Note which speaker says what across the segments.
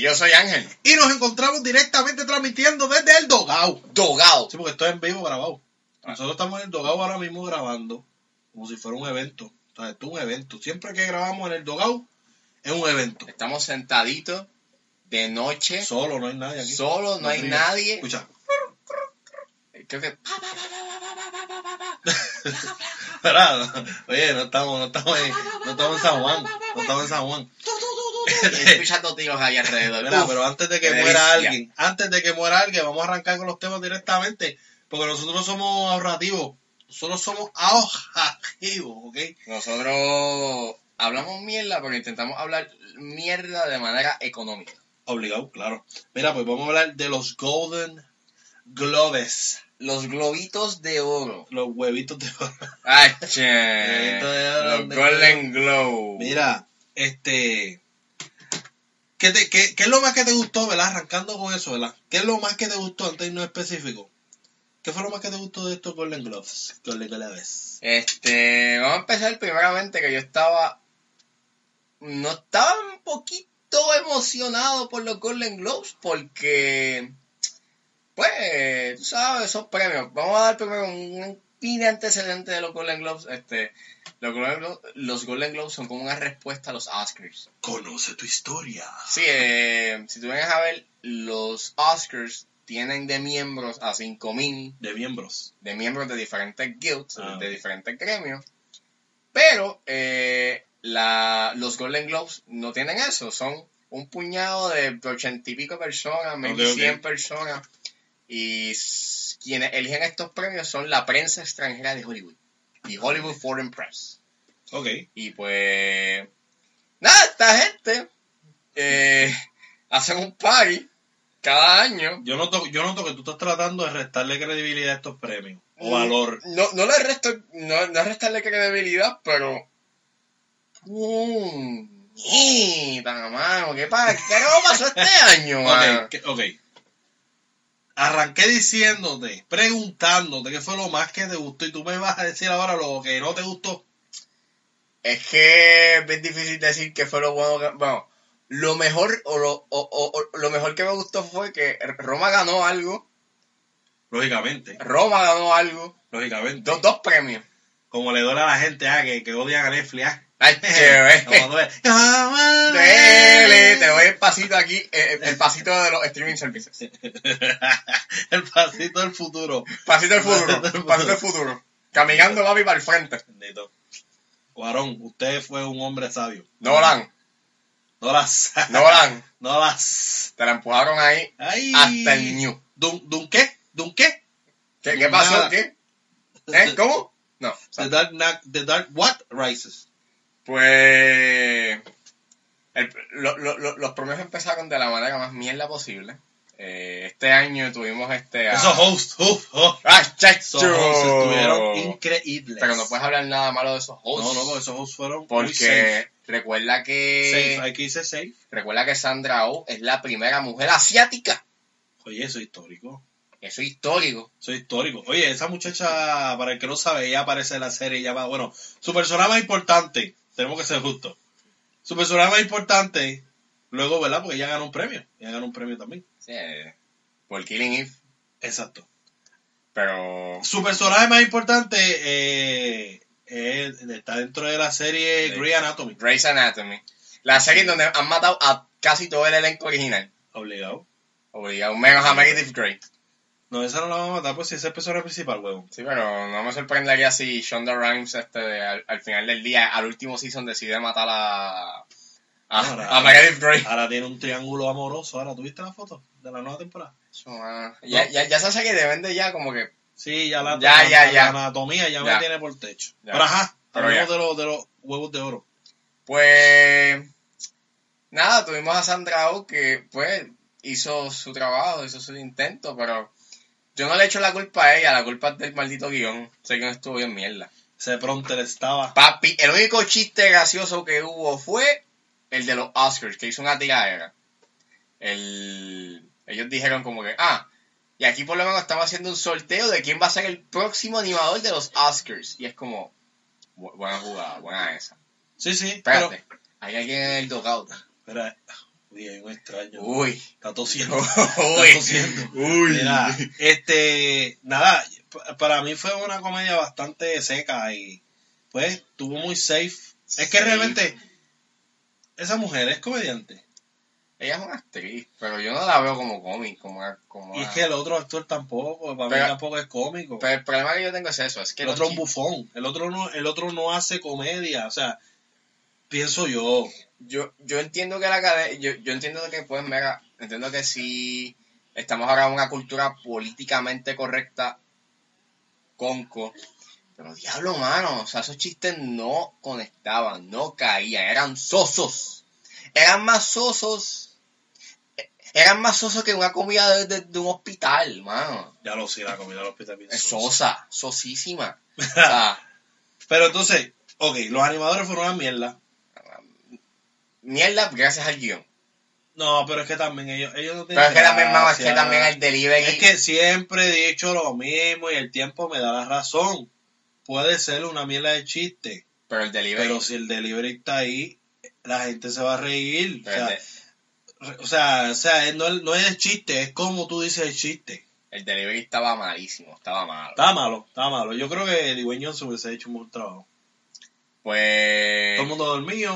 Speaker 1: yo soy Ángel.
Speaker 2: Y nos encontramos directamente transmitiendo desde el Dogao.
Speaker 1: Dogado.
Speaker 2: Sí, porque estoy en vivo grabado. Nosotros estamos en el Dogao ahora mismo grabando, como si fuera un evento. O sea, esto es un evento. Siempre que grabamos en el Dogao, es un evento.
Speaker 1: Estamos sentaditos de noche.
Speaker 2: Solo, no hay nadie aquí.
Speaker 1: Solo, no hay
Speaker 2: ríe.
Speaker 1: nadie.
Speaker 2: Escucha,
Speaker 1: Creo que.
Speaker 2: Espera, oye, no estamos, no estamos en, no estamos en San Juan, no estamos en San Juan.
Speaker 1: Estoy escuchando tiros ahí alrededor.
Speaker 2: Espera,
Speaker 1: Uf.
Speaker 2: pero antes de que
Speaker 1: Qué
Speaker 2: muera
Speaker 1: delicia.
Speaker 2: alguien, antes de que muera alguien, vamos a arrancar con los temas directamente, porque nosotros somos ahorrativos, nosotros somos ahorrativos, ¿ok?
Speaker 1: Nosotros hablamos mierda porque intentamos hablar mierda de manera económica.
Speaker 2: Obligado, claro. Mira, pues vamos a hablar de los Golden Globes,
Speaker 1: Los globitos de oro.
Speaker 2: los huevitos de oro.
Speaker 1: Ay, che.
Speaker 2: Globitos de oro,
Speaker 1: Los
Speaker 2: de
Speaker 1: Golden Glow.
Speaker 2: Mira, este. ¿qué, te- qué, qué es lo más que te gustó, verdad? Arrancando con eso, ¿verdad? ¿Qué es lo más que te gustó en términos específicos? ¿Qué fue lo más que te gustó de estos Golden Globes? Golden Globes.
Speaker 1: Este, vamos a empezar primeramente que yo estaba, no estaba un poquito emocionado por los Golden Globes porque, pues, tú sabes, son premios. Vamos a dar primero un mini antecedente de los Golden Globes. Este, los Golden Glo- los Golden Globes son como una respuesta a los Oscars.
Speaker 2: Conoce tu historia.
Speaker 1: Sí, eh, si tú vienes a ver, los Oscars tienen de miembros a 5000
Speaker 2: De miembros.
Speaker 1: de miembros de diferentes guilds,
Speaker 2: Ah,
Speaker 1: de
Speaker 2: ok.
Speaker 1: diferentes gremios, pero eh, la- los Golden Globes no tienen eso, son un puñado de ochenta y pico personas, maybe
Speaker 2: Ok, ok.
Speaker 1: 100 personas, y s- quienes eligen estos premios son la prensa extranjera de Hollywood, y Hollywood Foreign Press.
Speaker 2: Ok.
Speaker 1: Y pues, nada, esta gente eh, hacen un party cada año
Speaker 2: Yo noto, yo noto que tú estás tratando de restarle credibilidad a estos premios. O
Speaker 1: Mm,
Speaker 2: valor.
Speaker 1: No, no le resto, no, no restarle credibilidad, pero. mm, ¡Mierda, mano! ¿Qué, pa- qué carajo pasó este año, mano?
Speaker 2: Ok, que- ok. Arranqué diciéndote, preguntándote qué fue lo más que te gustó y tú me vas a decir ahora lo que no te gustó.
Speaker 1: Es que es bien difícil decir que fue lo bueno que. Bueno, lo mejor, o lo, o- o- o lo mejor que me gustó fue que Roma ganó algo.
Speaker 2: Lógicamente,
Speaker 1: Roma ganó algo.
Speaker 2: lógicamente.
Speaker 1: Dos, dos premios.
Speaker 2: Como le duele a la gente ah, que, que odian a Netflix. ah.
Speaker 1: ¡Ay, chévere!
Speaker 2: Como duele. Duele,
Speaker 1: Dele, Te doy el pasito aquí, eh, el pasito de los streaming services.
Speaker 2: El pasito del futuro.
Speaker 1: Pasito del futuro, pasito del futuro. Caminando papi para el frente.
Speaker 2: Bendito. Cuarón, usted fue un hombre sabio.
Speaker 1: Nolan,
Speaker 2: No las.
Speaker 1: Nolan,
Speaker 2: No las.
Speaker 1: te la empujaron ahí
Speaker 2: Ay.
Speaker 1: hasta el new.
Speaker 2: ¿Dun, dun qué? ¿Dun qué?
Speaker 1: ¿Qué, qué pasó?
Speaker 2: Nada.
Speaker 1: ¿Qué? ¿Eh? ¿Cómo? No. o sea,
Speaker 2: The Dark, Knight- The Dark What Rises.
Speaker 1: Pues. el- lo- lo- lo- los premios empezaron de la manera más mierda posible. Eh, este año tuvimos este. a-
Speaker 2: Esos hosts, uf, oh.
Speaker 1: ¡Ah, chacho!
Speaker 2: esos hosts estuvieron increíbles.
Speaker 1: Pero no puedes hablar nada malo de esos hosts.
Speaker 2: No, no, porque esos hosts fueron muy
Speaker 1: porque eh,
Speaker 2: safe.
Speaker 1: recuerda que.
Speaker 2: Safe, hay que irse safe.
Speaker 1: Recuerda que Sandra Oh es la primera mujer asiática.
Speaker 2: Oye, eso es histórico.
Speaker 1: Eso es histórico.
Speaker 2: Eso es histórico. Oye, esa muchacha, para el que no sabe, ella aparece en la serie. Ya va, bueno, su personaje más importante, tenemos que ser justos. Su personaje más importante, luego, ¿verdad? Porque ella ganó un premio. Ella ganó un premio también.
Speaker 1: Sí, eh, por Killing Eve.
Speaker 2: Exacto.
Speaker 1: Pero.
Speaker 2: Su personaje más importante eh, es- está dentro de la serie
Speaker 1: Sí.
Speaker 2: Grey Anatomy.
Speaker 1: Grey's Anatomy. La serie en donde han matado a casi todo el elenco original.
Speaker 2: Obligado.
Speaker 1: Obligado, menos a Meredith Grey.
Speaker 2: No, esa no la van a matar, pues si ese es el personaje principal, huevón.
Speaker 1: Sí, pero no me sorprendería si Shonda Rhimes este, al, al final del día, al último season, decide matar a. A,
Speaker 2: No, no, no.
Speaker 1: a Meredith Grey.
Speaker 2: Ahora tiene un triángulo amoroso. Ahora, ¿tuviste la foto de la nueva temporada?
Speaker 1: Eso, mano. Ya, ya, ya esa serie te vende ya como que.
Speaker 2: Sí, ya la,
Speaker 1: Ya,
Speaker 2: la-
Speaker 1: ya,
Speaker 2: la
Speaker 1: ya.
Speaker 2: anatomía ya,
Speaker 1: Ya.
Speaker 2: me tiene por techo.
Speaker 1: Ya.
Speaker 2: Pero ajá,
Speaker 1: Pero
Speaker 2: hablemos
Speaker 1: ya.
Speaker 2: de los, de los huevos de oro.
Speaker 1: Pues. Nada, tuvimos a Sandra Oh que, pues, hizo su trabajo, hizo su intento, pero. Yo no le echo la culpa a ella, la culpa es del maldito guión. Sé que no estuvo bien mierda.
Speaker 2: Ese pronto estaba.
Speaker 1: Papi, el único chiste gracioso que hubo fue el de los Oscars, que hizo una tiradera. El... Ellos dijeron como que, ah, y aquí por lo menos estamos haciendo un sorteo de quién va a ser el próximo animador de los Oscars. Y es como, bu- buena jugada, buena esa.
Speaker 2: Sí, sí, pero.
Speaker 1: Espérate, hay alguien en el dugout.
Speaker 2: Espera, Uy, hay un extraño.
Speaker 1: Uy.
Speaker 2: Está tosiendo. Está
Speaker 1: Uy.
Speaker 2: tosiendo.
Speaker 1: Uy.
Speaker 2: Mira, este, nada, pa- para mí fue una comedia bastante seca y pues estuvo muy safe. Es que
Speaker 1: Safe.
Speaker 2: realmente esa mujer es comediante
Speaker 1: Ella es una actriz, pero yo no la veo como cómic, como... como
Speaker 2: y es que el otro actor tampoco, para
Speaker 1: Pero-
Speaker 2: mí tampoco es cómico.
Speaker 1: Pero el problema que yo tengo es eso, es que
Speaker 2: el
Speaker 1: los
Speaker 2: otro es un
Speaker 1: chi-
Speaker 2: bufón, el otro no, el otro no hace comedia, o sea, pienso yo.
Speaker 1: yo, yo entiendo que la academia, yo, yo entiendo que pues mira, entiendo que si estamos ahora en una cultura políticamente correcta, conco, pero diablo mano, o sea, esos chistes no conectaban, no caían, eran sosos, eran más sosos, e- eran más sosos que una comida de, de- de un hospital, mano,
Speaker 2: Ya lo sé, la comida del hospital bien
Speaker 1: es
Speaker 2: sosa.
Speaker 1: sosa, sosísima, o sea,
Speaker 2: Pero entonces, ok, los animadores fueron una mierda.
Speaker 1: mierda gracias al guión,
Speaker 2: No, pero es que también ellos, ellos no
Speaker 1: pero
Speaker 2: tienen
Speaker 1: es que también, mamá, es que
Speaker 2: gracia.
Speaker 1: también el delivery...
Speaker 2: Es que siempre he dicho lo mismo y el tiempo me da la razón. Puede ser una mierda de chiste,
Speaker 1: Pero el delivery.
Speaker 2: pero si el delivery está ahí, la gente se va a reír. O
Speaker 1: pero el,
Speaker 2: sea,
Speaker 1: de-
Speaker 2: re- o sea, o sea, no, es- no es el chiste, es como tú dices el chiste.
Speaker 1: el delivery estaba malísimo, estaba malo.
Speaker 2: Está malo, está malo. Yo creo que el dueño se hubiese hecho un buen trabajo.
Speaker 1: Pues.
Speaker 2: Todo el mundo dormido.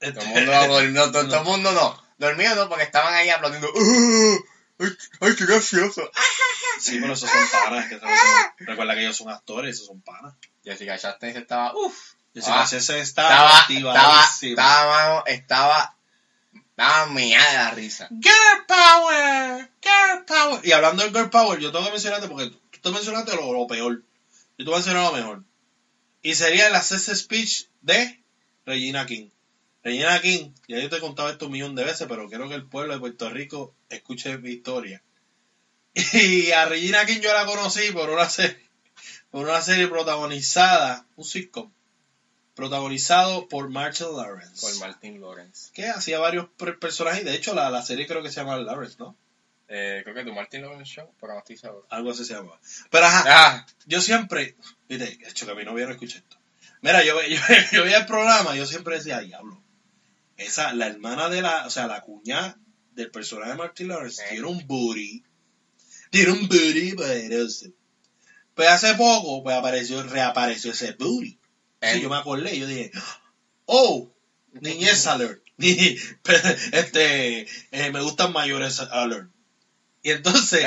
Speaker 2: Este-
Speaker 1: el mundo no, dormió, no, todo,
Speaker 2: No.
Speaker 1: todo el mundo no. Dormido no, porque estaban ahí aplaudiendo. "Ah, ¡Ay, ay, qué gracioso! Ah,
Speaker 2: Sí, pero esos son panas. que son- son- recuerda que ellos son actores, esos son panas.
Speaker 1: Jessica Chastain estaba. Uff,
Speaker 2: Jessica
Speaker 1: Ah,
Speaker 2: Chastain
Speaker 1: estaba.
Speaker 2: está
Speaker 1: Estaba.
Speaker 2: activadísima.
Speaker 1: Estaba, mano, estaba. Estaba meada de la risa.
Speaker 2: Girl Power, Girl Power. Y hablando del Girl Power, yo tengo que mencionarte porque tú tú te mencionaste lo, lo peor. Yo te voy a mencionar lo mejor. Y sería el access speech de Regina King. Regina King, ya yo te he contado esto un millón de veces, pero quiero que el pueblo de Puerto Rico escuche mi historia. Y a Regina King yo la conocí por una serie, por una serie protagonizada, un sitcom, protagonizado por Marshall Lawrence
Speaker 1: Con Martin Lawrence.
Speaker 2: que hacía varios per- personajes. y De hecho, la, la serie creo que se llama Lawrence, ¿no?
Speaker 1: Eh, creo que tu Martin Lawrence Show, pero no estoy seguro.
Speaker 2: Algo así se llama. Pero ajá,
Speaker 1: Ah,
Speaker 2: yo siempre. Viste, de hecho, que mi novia no escucha esto. Mira, yo, ve- yo, yo veía el programa, yo siempre decía, diablo. Esa, la hermana de la. O sea, la cuñada del personaje de Martin Lawrence
Speaker 1: Sí.
Speaker 2: tiene un booty. Tiene un booty poderoso. Pues hace poco, pues apareció, reapareció ese booty.
Speaker 1: eh,
Speaker 2: Sí, yo me acordé, yo dije, oh, niñez alert. Ni- este, eh, me gustan mayores alert. Y entonces,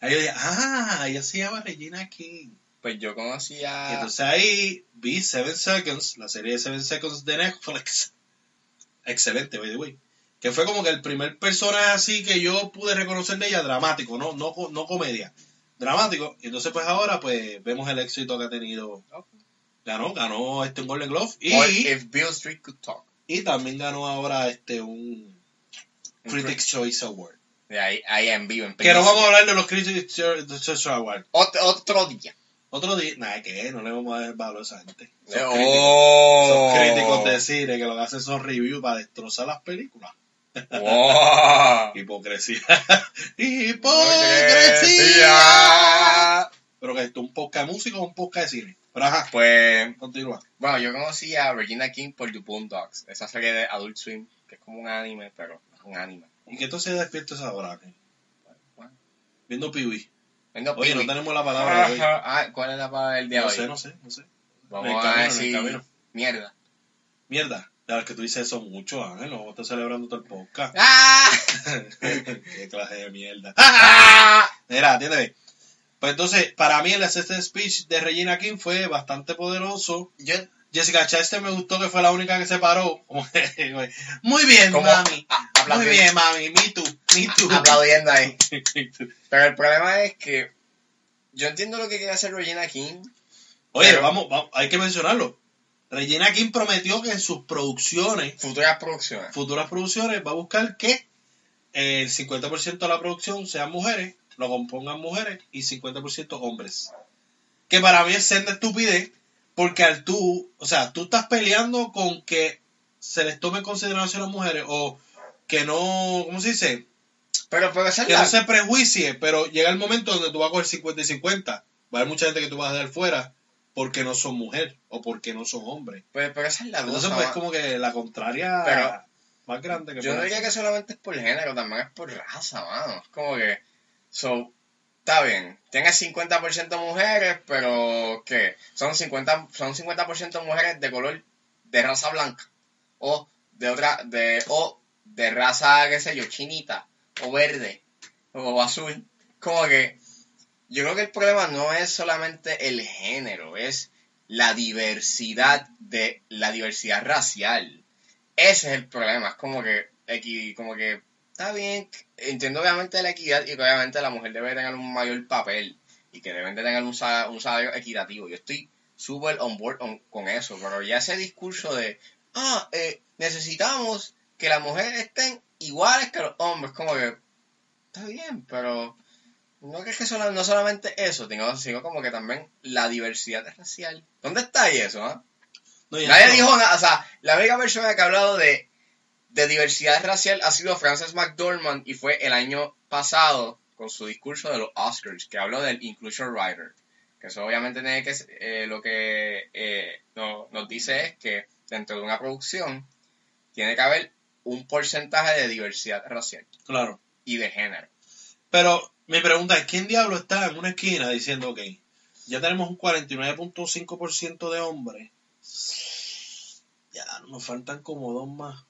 Speaker 2: ahí yo dije, ah, ella se llama Regina King.
Speaker 1: Pues yo
Speaker 2: Y
Speaker 1: conocía.
Speaker 2: entonces ahí vi Seven Seconds, la serie de Seven Seconds de Netflix. Excelente, by the way. Que fue como que el primer personaje así que yo pude reconocer de ella, dramático, no, no, co- no comedia. Dramático. Y entonces pues ahora pues vemos el éxito que ha tenido.
Speaker 1: Ok.
Speaker 2: Ganó, ganó este un Golden Glove y,
Speaker 1: Or If Bill Street Could Talk.
Speaker 2: y también ganó ahora este un Critics Choice Award.
Speaker 1: De ahí, ahí en vivo, en
Speaker 2: Que no vamos a hablar de los Critics Cho- Choice Award.
Speaker 1: Ot- otro día.
Speaker 2: Otro día, nada que no le vamos a dar valor a esa gente. Son críticos.
Speaker 1: Oh.
Speaker 2: Son críticos de cine que lo que hacen son reviews para destrozar las películas.
Speaker 1: Wow.
Speaker 2: Hipocresía. Hipocresía.
Speaker 1: Hipocresía.
Speaker 2: Pero que esto un podcast de música o un podcast de cine. Pero ajá,
Speaker 1: Pues,
Speaker 2: continúa.
Speaker 1: bueno, yo conocí a Regina King por The Boondocks, esa serie de Adult Swim, que es como un anime, pero no es un anime.
Speaker 2: ¿Y qué entonces despierto esa hora? ¿qué? Viendo Piwi.
Speaker 1: Venga,
Speaker 2: Oye, no
Speaker 1: Pili.
Speaker 2: tenemos la palabra de hoy.
Speaker 1: Ajá. Ah, ¿cuál es la palabra del día
Speaker 2: No
Speaker 1: de
Speaker 2: sé,
Speaker 1: hoy?
Speaker 2: no sé, no sé. En el
Speaker 1: Vamos
Speaker 2: camino,
Speaker 1: a
Speaker 2: en el
Speaker 1: decir
Speaker 2: camino.
Speaker 1: mierda.
Speaker 2: Mierda. Claro que tú dices eso mucho, Ángel. No, estás celebrando todo el podcast.
Speaker 1: ¡Ah!
Speaker 2: qué clase de mierda.
Speaker 1: ¡Ah!
Speaker 2: Mira, atiéndeme. Pues entonces, para mí el assistant speech de Regina King fue bastante poderoso.
Speaker 1: Yo,
Speaker 2: Jessica Chastain me gustó que fue la única que se paró. Muy bien,
Speaker 1: como,
Speaker 2: mami.
Speaker 1: ah,
Speaker 2: Muy
Speaker 1: aplaudiendo,
Speaker 2: bien, mami. Me too. Me too.
Speaker 1: aplaudiendo ahí. Pero el problema es que yo entiendo lo que quiere hacer Regina King,
Speaker 2: Oye,
Speaker 1: Pero-
Speaker 2: vamos, vamos, hay que mencionarlo. Regina King prometió que en sus producciones,
Speaker 1: futuras producciones.
Speaker 2: futuras producciones, va a buscar que eh, el 50% de la producción sean mujeres, lo compongan mujeres y 50% hombres. Que para mí es senda estupidez, porque al tú, o sea, tú estás peleando con que se les tome en consideración a las mujeres o que no, ¿cómo se dice?
Speaker 1: Pero, pero esa es
Speaker 2: que no
Speaker 1: la-
Speaker 2: se prejuicie, pero llega el momento donde tú vas a coger 50 y 50. Va a haber mucha gente que tú vas a dejar fuera porque no son mujer o porque no son hombre.
Speaker 1: Pues, pero esa es la
Speaker 2: Entonces,
Speaker 1: cosa,
Speaker 2: pues,
Speaker 1: ma-
Speaker 2: como que la contraria.
Speaker 1: Pero-
Speaker 2: Más grande que
Speaker 1: Yo no
Speaker 2: por-
Speaker 1: diría que solamente es por género, también es por raza, mano. Es como que. So, está bien. Tienes 50% mujeres, pero. ¿Qué? Son 50%, son 50 mujeres de color. de raza blanca. O de otra. de O de raza, qué sé yo, chinita. O verde. O azul. Como que. Yo creo que el problema no es solamente el género, es la diversidad de la diversidad racial. Ese es el problema, es como que, equi- como que, está bien, entiendo obviamente la equidad y que obviamente la mujer debe tener un mayor papel y que deben de tener un, sa- un salario equitativo. Yo estoy súper on board on- con eso, pero ya ese discurso de, ah, eh, necesitamos que las mujeres estén iguales que los hombres, como que, está bien, pero no crees que sola- no solamente eso, sino, sino como que también la diversidad racial. ¿Dónde está ahí eso, ah?
Speaker 2: No, ya
Speaker 1: Nadie
Speaker 2: no.
Speaker 1: dijo nada. O sea, la única persona que ha hablado de, de diversidad racial ha sido Frances McDormand y fue el año pasado con su discurso de los Oscars, que habló del Inclusion Rider. Que eso obviamente tiene que, ser- eh, lo que eh, no- nos dice es que dentro de una producción tiene que haber un porcentaje de diversidad racial
Speaker 2: Claro.
Speaker 1: y de género.
Speaker 2: Pero mi pregunta es, ¿quién diablo está en una esquina diciendo, ok, ya tenemos un 49.5% de hombres? Ya, nos faltan como dos más.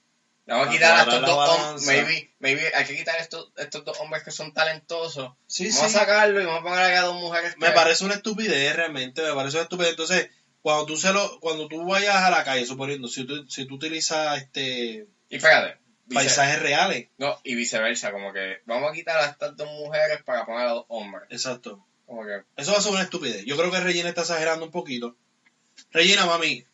Speaker 1: Vamos a
Speaker 2: Para
Speaker 1: quitar a
Speaker 2: cuadrar
Speaker 1: estos
Speaker 2: la
Speaker 1: dos hombres.
Speaker 2: balanza.
Speaker 1: Maybe, maybe hay que quitar estos, estos dos hombres que son talentosos.
Speaker 2: Sí,
Speaker 1: vamos
Speaker 2: sí.
Speaker 1: a sacarlo y vamos a poner acá dos mujeres.
Speaker 2: Me
Speaker 1: que-
Speaker 2: parece una estupidez realmente, me parece una estupidez. Entonces, cuando tú, se lo, cuando tú vayas a la calle, suponiendo, si tú, si tú utilizas este
Speaker 1: Y fíjate. dice-
Speaker 2: paisajes reales,
Speaker 1: No, y viceversa, como que vamos a quitar a estas dos mujeres para poner a dos hombres.
Speaker 2: exacto.
Speaker 1: Como que,
Speaker 2: Eso va a ser una estupidez. Yo creo que Regina está exagerando un poquito. Regina, mami,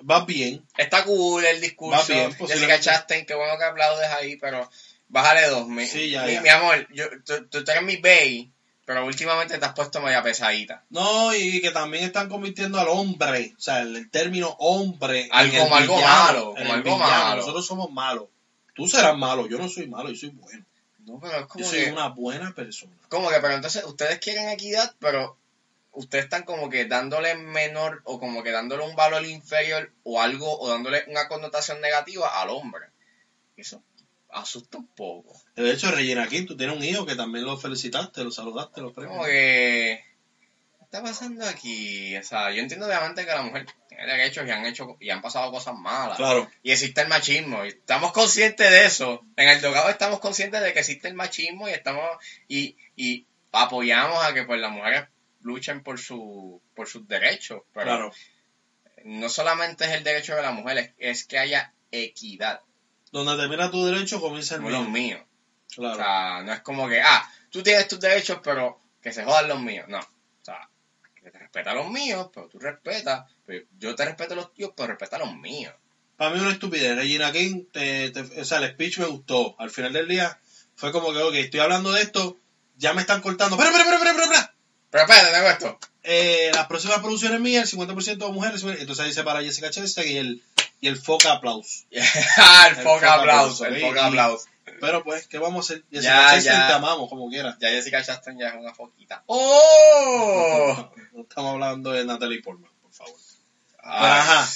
Speaker 2: vas bien.
Speaker 1: está cool el discurso.
Speaker 2: Va bien,
Speaker 1: Jessica
Speaker 2: posiblemente.
Speaker 1: Chastain, qué bueno que aplaudes ahí, pero bájale dos. Mi,
Speaker 2: Sí, ya,
Speaker 1: mi,
Speaker 2: ya.
Speaker 1: mi amor, yo, tú, tú eres mi bae, pero últimamente te has puesto media pesadita.
Speaker 2: No, y que también están convirtiendo al hombre, o sea, el, el término hombre. en
Speaker 1: Algo-
Speaker 2: el
Speaker 1: como algo
Speaker 2: villano,
Speaker 1: malo,
Speaker 2: en
Speaker 1: como
Speaker 2: el
Speaker 1: algo
Speaker 2: villano.
Speaker 1: malo.
Speaker 2: Nosotros somos malos. Tú serás malo, yo no soy malo, yo soy bueno.
Speaker 1: No, pero es
Speaker 2: Yo
Speaker 1: como
Speaker 2: soy
Speaker 1: que,
Speaker 2: una buena persona.
Speaker 1: como que, pero entonces ustedes quieren equidad, pero ustedes están como que dándole menor o como que dándole un valor inferior o algo o dándole una connotación negativa al hombre. Eso asusta un poco.
Speaker 2: De hecho, Regina King, tú tienes un hijo que también lo felicitaste, lo saludaste, lo
Speaker 1: Como
Speaker 2: premiaste.
Speaker 1: que. ¿Qué está pasando aquí? O sea, yo entiendo obviamente que la mujer tiene derechos y han hecho y han pasado cosas malas.
Speaker 2: Claro,
Speaker 1: Y existe el machismo. y estamos conscientes de eso. En el dogado estamos conscientes de que existe el machismo y estamos y, y apoyamos a que pues las mujeres luchen por su por sus derechos. Pero
Speaker 2: claro.
Speaker 1: no solamente es el derecho de la mujer, es, es que haya equidad.
Speaker 2: Donde termina tu derecho, comienza el
Speaker 1: No los
Speaker 2: mío.
Speaker 1: míos. O
Speaker 2: Claro.
Speaker 1: sea, no es como que, ah, tú tienes tus derechos, pero que se jodan los míos. No. O sea, que te respeta los míos, pero tú respetas. pero yo te respeto los tuyos, pero respeta los míos.
Speaker 2: Para mí una estupidez. Regina King, te- te- o sea, el speech me gustó. Al final del día, fue como que, ok, estoy hablando de esto, ya me están cortando. ¡Pero, pero, pero, pero, pero! pero!
Speaker 1: Pero espérate, tengo esto.
Speaker 2: eh, las próximas producciones mías, el 50% de mujeres. Entonces ahí se para Jessica Chastain y el, y el foca aplauso.
Speaker 1: Ah, el
Speaker 2: El
Speaker 1: foca
Speaker 2: foca
Speaker 1: aplauso,
Speaker 2: aplauso,
Speaker 1: el
Speaker 2: sí,
Speaker 1: foca
Speaker 2: y-
Speaker 1: aplauso.
Speaker 2: Pero pues, ¿qué vamos a hacer? Jessica
Speaker 1: Ya,
Speaker 2: Chastain,
Speaker 1: ya.
Speaker 2: te amamos, como quieras.
Speaker 1: Ya Jessica Chastain ya es una foquita. ¡Oh!
Speaker 2: No estamos hablando de Natalie Portman, por favor.
Speaker 1: Ah,
Speaker 2: Ajá.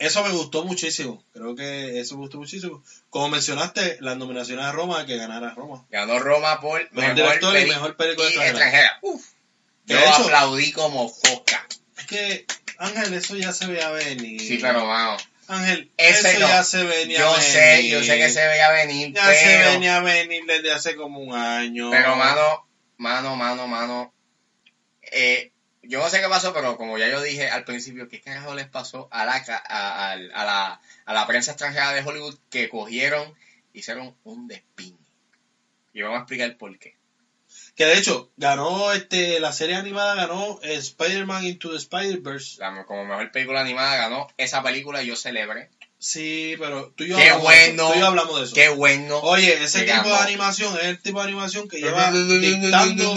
Speaker 2: Eso me gustó muchísimo. Creo que eso me gustó muchísimo. Como mencionaste, las nominaciones a Roma, que ganara Roma.
Speaker 1: Ganó Roma por
Speaker 2: Mejor director y
Speaker 1: peli-
Speaker 2: mejor película
Speaker 1: y
Speaker 2: extranjera.
Speaker 1: extranjera. Uf.
Speaker 2: De
Speaker 1: Yo
Speaker 2: hecho-
Speaker 1: aplaudí como foca.
Speaker 2: Es que, Ángel, eso ya se veía venir.
Speaker 1: Sí, pero vamos.
Speaker 2: Ángel,
Speaker 1: Ese
Speaker 2: eso
Speaker 1: no.
Speaker 2: ya se venía
Speaker 1: Yo
Speaker 2: venir.
Speaker 1: sé, yo sé que se veía venir,
Speaker 2: Ya
Speaker 1: pero...
Speaker 2: se venía a venir desde hace como un año.
Speaker 1: Pero mano, mano, mano, mano. eh, yo no sé qué pasó, pero como ya yo dije al principio, ¿qué carajo les pasó a la, ca- a, al- a la, a la prensa extranjera de Hollywood que cogieron, hicieron un despín? Y vamos a explicar por qué.
Speaker 2: Que de hecho, ganó este, la serie animada ganó eh, Spider-Man Into the Spider-Verse.
Speaker 1: La- como mejor película animada ganó esa película y yo celebré.
Speaker 2: Sí, pero tú y yo
Speaker 1: Qué
Speaker 2: hablamos de eso,
Speaker 1: bueno.
Speaker 2: tú y yo hablamos de eso.
Speaker 1: ¡Qué bueno!
Speaker 2: Oye, ese
Speaker 1: que
Speaker 2: tipo
Speaker 1: ganó.
Speaker 2: de animación es el tipo de animación que lleva dictando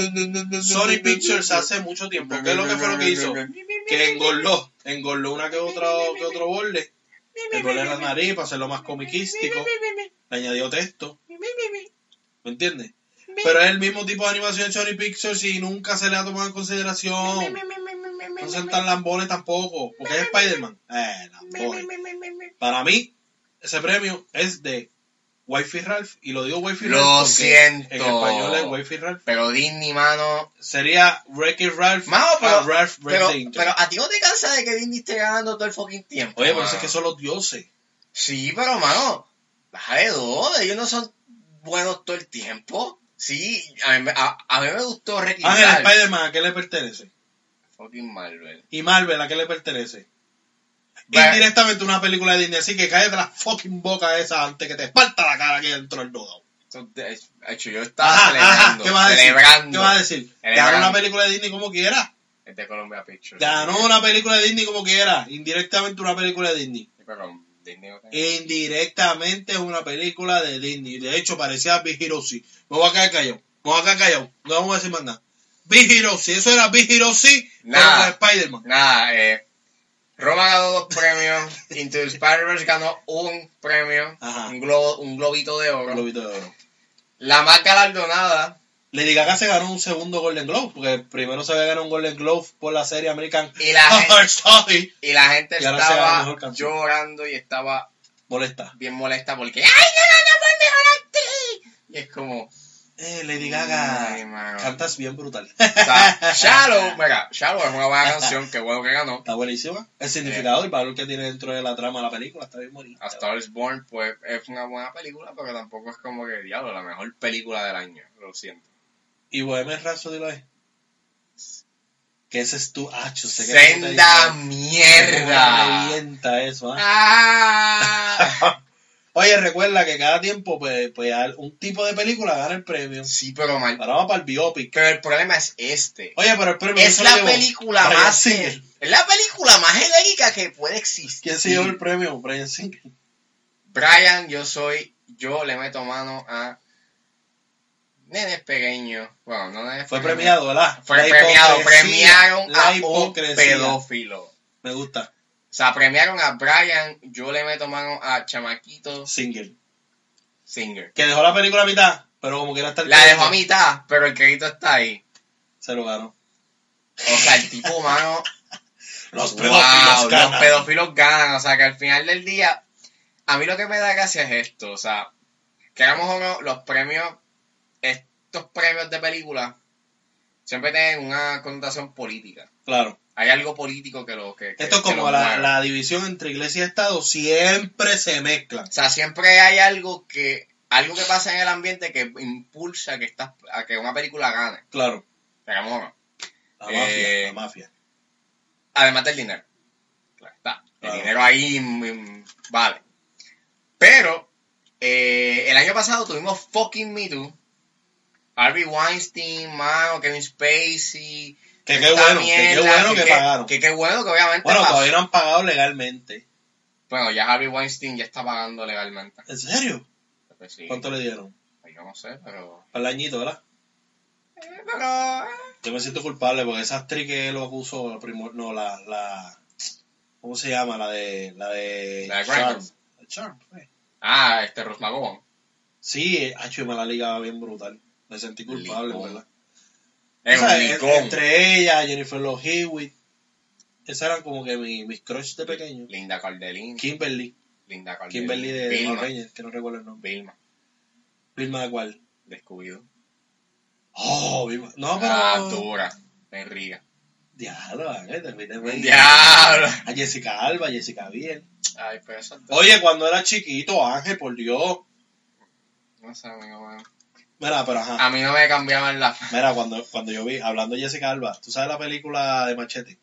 Speaker 2: Sony Pictures hace mucho tiempo. ¿Qué es lo que fue lo que hizo? Que engordó, engordó una que otra que otro borde. Engordó la nariz para hacerlo más comiquístico. Le añadió texto. ¿Me entiendes? Pero es el mismo tipo de animación de Sony Pictures y nunca se le ha tomado en consideración. No son tan lambones tampoco, porque es Spider-Man. Eh, lambones. Para mí, ese premio es de Wifey Ralph, y lo digo Wifey
Speaker 1: Lo
Speaker 2: Ralph porque
Speaker 1: siento.
Speaker 2: en español es Wifey Ralph.
Speaker 1: Pero Disney, mano.
Speaker 2: Sería Wreck-It Ralph,
Speaker 1: Mano, pero-
Speaker 2: a Ralph Breaks
Speaker 1: Pero,
Speaker 2: the Internet.
Speaker 1: pero a ti no te cansas de que Disney esté ganando todo el fucking tiempo.
Speaker 2: Oye, pero
Speaker 1: mano?
Speaker 2: es que son los dioses.
Speaker 1: Sí, pero mano, baja de dos, ellos no son buenos todo el tiempo. Sí, a mí, me- a, a mí me gustó Ricky
Speaker 2: Ángel
Speaker 1: Ralph.
Speaker 2: Spider-Man, ¿a qué le pertenece?
Speaker 1: Fucking Marvel.
Speaker 2: Y Marvel, ¿a qué le pertenece?
Speaker 1: Ba-
Speaker 2: Indirectamente una película de Disney, así que cállate la fucking boca esa antes que te esparta la cara aquí dentro del nodo.
Speaker 1: Entonces, hecho, yo estaba
Speaker 2: Ajá, ajá,
Speaker 1: celebrando.
Speaker 2: ¿qué vas a decir?
Speaker 1: celebrando.
Speaker 2: ¿Qué vas a decir? Ganó
Speaker 1: Celebrando.
Speaker 2: una película de Disney como quiera.
Speaker 1: Es de Colombia Pictures.
Speaker 2: Ganó una película de Disney como quiera. Indirectamente una película de Disney. E
Speaker 1: Pero Disney no tiene-
Speaker 2: Indirectamente una película de Disney. De hecho, parecía Big Hero Six. Me voy a quedar callado. Me voy a quedar callado. No vamos a decir más nada. Big Hero Six. Eso era Big Hero Six, pero
Speaker 1: Nada.
Speaker 2: con Spider-Man.
Speaker 1: Nada, eh. Roma ganó dos premios. Into the Spider-Verse ganó un premio.
Speaker 2: Ajá.
Speaker 1: Un, globo, un globito de oro.
Speaker 2: Globito de oro.
Speaker 1: La más galardonada.
Speaker 2: Lady Gaga se ganó un segundo Golden Globe, porque primero se había ganado un Golden Globe por la serie American
Speaker 1: Y la gente-
Speaker 2: Horror Story.
Speaker 1: Y la gente
Speaker 2: Y ahora se gana
Speaker 1: estaba
Speaker 2: mejor canción.
Speaker 1: llorando y estaba
Speaker 2: Molesta.
Speaker 1: bien molesta porque ¡Ay, no ganó por mejor actriz! Y es como,
Speaker 2: Eh, Lady
Speaker 1: Ay,
Speaker 2: Gaga,
Speaker 1: mano.
Speaker 2: cantas bien brutal.
Speaker 1: o sea, Shallow, mira, Shallow es una buena canción, qué bueno que ganó.
Speaker 2: Está buenísima. El significado, el valor que tiene dentro de la trama de la película, está bien bonita.
Speaker 1: A Star is Born, pues, es una buena película, pero tampoco es como que, diablo, la mejor película del año, lo siento.
Speaker 2: Y Bohemian Rhapsody lo es. eh. Que ese es tu hacho. sé que tú te
Speaker 1: ¡Senda
Speaker 2: dices,
Speaker 1: mierda!
Speaker 2: "Cómo me revienta eso, ah".
Speaker 1: ¡Ah!
Speaker 2: Oye, recuerda que cada tiempo, pues, pues, al- un tipo de película gana el premio.
Speaker 1: Sí, pero mal.
Speaker 2: Ahora vamos para el biopic.
Speaker 1: Pero el problema es este.
Speaker 2: Oye, pero el premio no
Speaker 1: Es
Speaker 2: se lo
Speaker 1: la
Speaker 2: llevó
Speaker 1: película
Speaker 2: Bryan
Speaker 1: más...
Speaker 2: Singer.
Speaker 1: Es la película más genérica que puede existir.
Speaker 2: ¿Quién se llevó el premio? Brian Singer.
Speaker 1: Brian, yo soy, yo le meto mano a nenes pequeños. Bueno, no nenes
Speaker 2: Fue
Speaker 1: pequeños.
Speaker 2: premiado, ¿verdad?
Speaker 1: Fue
Speaker 2: La
Speaker 1: premiado,
Speaker 2: hipocresía,
Speaker 1: premiaron
Speaker 2: la
Speaker 1: a un
Speaker 2: hipocresía.
Speaker 1: pedófilo. O
Speaker 2: Me gusta.
Speaker 1: sea, premiaron a Brian, yo le meto mano a Chamaquito
Speaker 2: Singer.
Speaker 1: Singer.
Speaker 2: Que dejó la película a mitad, pero como quiera estar.
Speaker 1: La dejó a mitad, pero el crédito está ahí.
Speaker 2: Se lo ganó.
Speaker 1: O sea, el tipo humano.
Speaker 2: Los
Speaker 1: wow,
Speaker 2: pedófilos ganan.
Speaker 1: Los pedófilos ganan. O sea, que al final del día, a mí lo que me da gracia es esto. O sea, queramos o no, los premios, estos premios de película, siempre tienen una connotación política.
Speaker 2: Claro.
Speaker 1: Hay algo político que lo que. que-
Speaker 2: Esto es
Speaker 1: que
Speaker 2: como
Speaker 1: lo
Speaker 2: la,
Speaker 1: mueve.
Speaker 2: la división entre iglesia y Estado, siempre se mezclan.
Speaker 1: O sea, siempre hay algo que. Algo que pasa en el ambiente que impulsa que estas- a que una película gane.
Speaker 2: Claro.
Speaker 1: Queramos o no.
Speaker 2: La
Speaker 1: Eh,
Speaker 2: mafia, la mafia.
Speaker 1: Además del dinero. Claro está. El
Speaker 2: Claro.
Speaker 1: dinero ahí mm, vale. Pero eh, el año pasado tuvimos fucking Me Too. Harvey Weinstein, mano, Kevin Spacey.
Speaker 2: Que qué
Speaker 1: esta
Speaker 2: bueno, que qué
Speaker 1: mierda,
Speaker 2: bueno que, pagaron.
Speaker 1: Que qué bueno que obviamente
Speaker 2: bueno,
Speaker 1: pasó.
Speaker 2: todavía no han pagado legalmente.
Speaker 1: Bueno, ya Harvey Weinstein ya está pagando legalmente.
Speaker 2: ¿En serio?
Speaker 1: Pues sí, pues
Speaker 2: ¿Cuánto le dieron?
Speaker 1: Yo no sé, pero...
Speaker 2: Para el añito, ¿verdad?
Speaker 1: eh, pero...
Speaker 2: Yo me siento culpable porque esa actriz que lo acusó, la primor- no, la, la. ¿Cómo se llama? La de. La de.
Speaker 1: La de
Speaker 2: Charm.
Speaker 1: Grinders.
Speaker 2: Charm, eh.
Speaker 1: Ah, este Rosmagón.
Speaker 2: Sí, hacho, me la ligaba bien brutal. Me sentí culpable,
Speaker 1: Licón.
Speaker 2: ¿verdad?
Speaker 1: Es
Speaker 2: O sea,
Speaker 1: un
Speaker 2: en-
Speaker 1: Lincoln.
Speaker 2: entre ella, Jennifer Love Hewitt. Esas eran como que mi- mis crush de pequeño.
Speaker 1: Linda Cardelín.
Speaker 2: Kimberly.
Speaker 1: Linda Cardelín.
Speaker 2: Kimberly de de
Speaker 1: Vilma.
Speaker 2: Reyes, que no recuerdo el nombre.
Speaker 1: Vilma.
Speaker 2: Vilma de cuál.
Speaker 1: Descubido.
Speaker 2: Oh, Vilma. No, pero.
Speaker 1: Ah, dura. Enriga.
Speaker 2: Diablo, Ángel, te fuiste muy-
Speaker 1: Diablo.
Speaker 2: A Jessica Alba, Jessica Biel.
Speaker 1: Ay, pero eso no-
Speaker 2: Oye, cuando era chiquito, Ángel, por Dios.
Speaker 1: no sé, amigo, bueno.
Speaker 2: Mira, pero ajá.
Speaker 1: A mí no me cambiaban la...
Speaker 2: Mira, cuando, cuando yo vi, hablando de Jessica Alba, ¿tú sabes la película de Machete?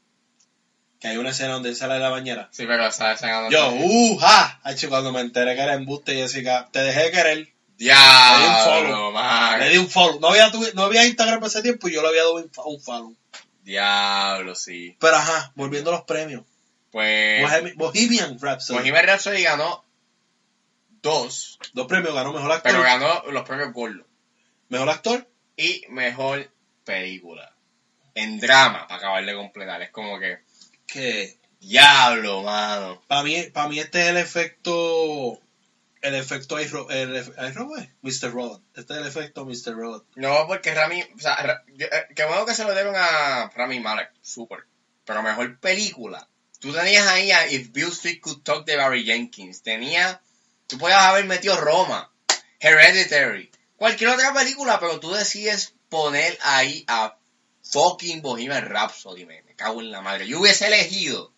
Speaker 2: Que hay una escena donde él sale de la bañera.
Speaker 1: Sí, pero esa esa ganó.
Speaker 2: Yo, uh, ja. Hacho, cuando me enteré que era embuste, Jessica, te dejé de querer. Le di un
Speaker 1: Diablo,
Speaker 2: follow. Le
Speaker 1: man.
Speaker 2: di un follow. No había, tu- no había Instagram para ese tiempo y yo le había dado un fa- un follow.
Speaker 1: Diablo, sí.
Speaker 2: Pero ajá, volviendo a los premios.
Speaker 1: Pues...
Speaker 2: Bohemi- Bohemian Rhapsody.
Speaker 1: Bohemian Rhapsody ganó dos,
Speaker 2: Dos premios, ganó mejor actor.
Speaker 1: pero ganó los premios Gold
Speaker 2: Mejor actor.
Speaker 1: y mejor película. En drama, para acabar de completar. Es como que...
Speaker 2: Que
Speaker 1: Diablo, mano.
Speaker 2: para mí, para mí este es el efecto. El efecto Iron el, ef- Iron Man, Mr. Robot. Este es el efecto Mr. Robot.
Speaker 1: No, porque Rami, o sea, Ra- yo- eh, qué bueno que se lo dieron a Rami Malek, súper. Pero mejor película. Tú tenías ahí a If Bill Street Could Talk de Barry Jenkins. Tenía, tú podías haber metido Roma. Hereditary, cualquier otra película, pero tú decides poner ahí a fucking Bohemian Rhapsody, me, me cago en la madre. Yo hubiese elegido,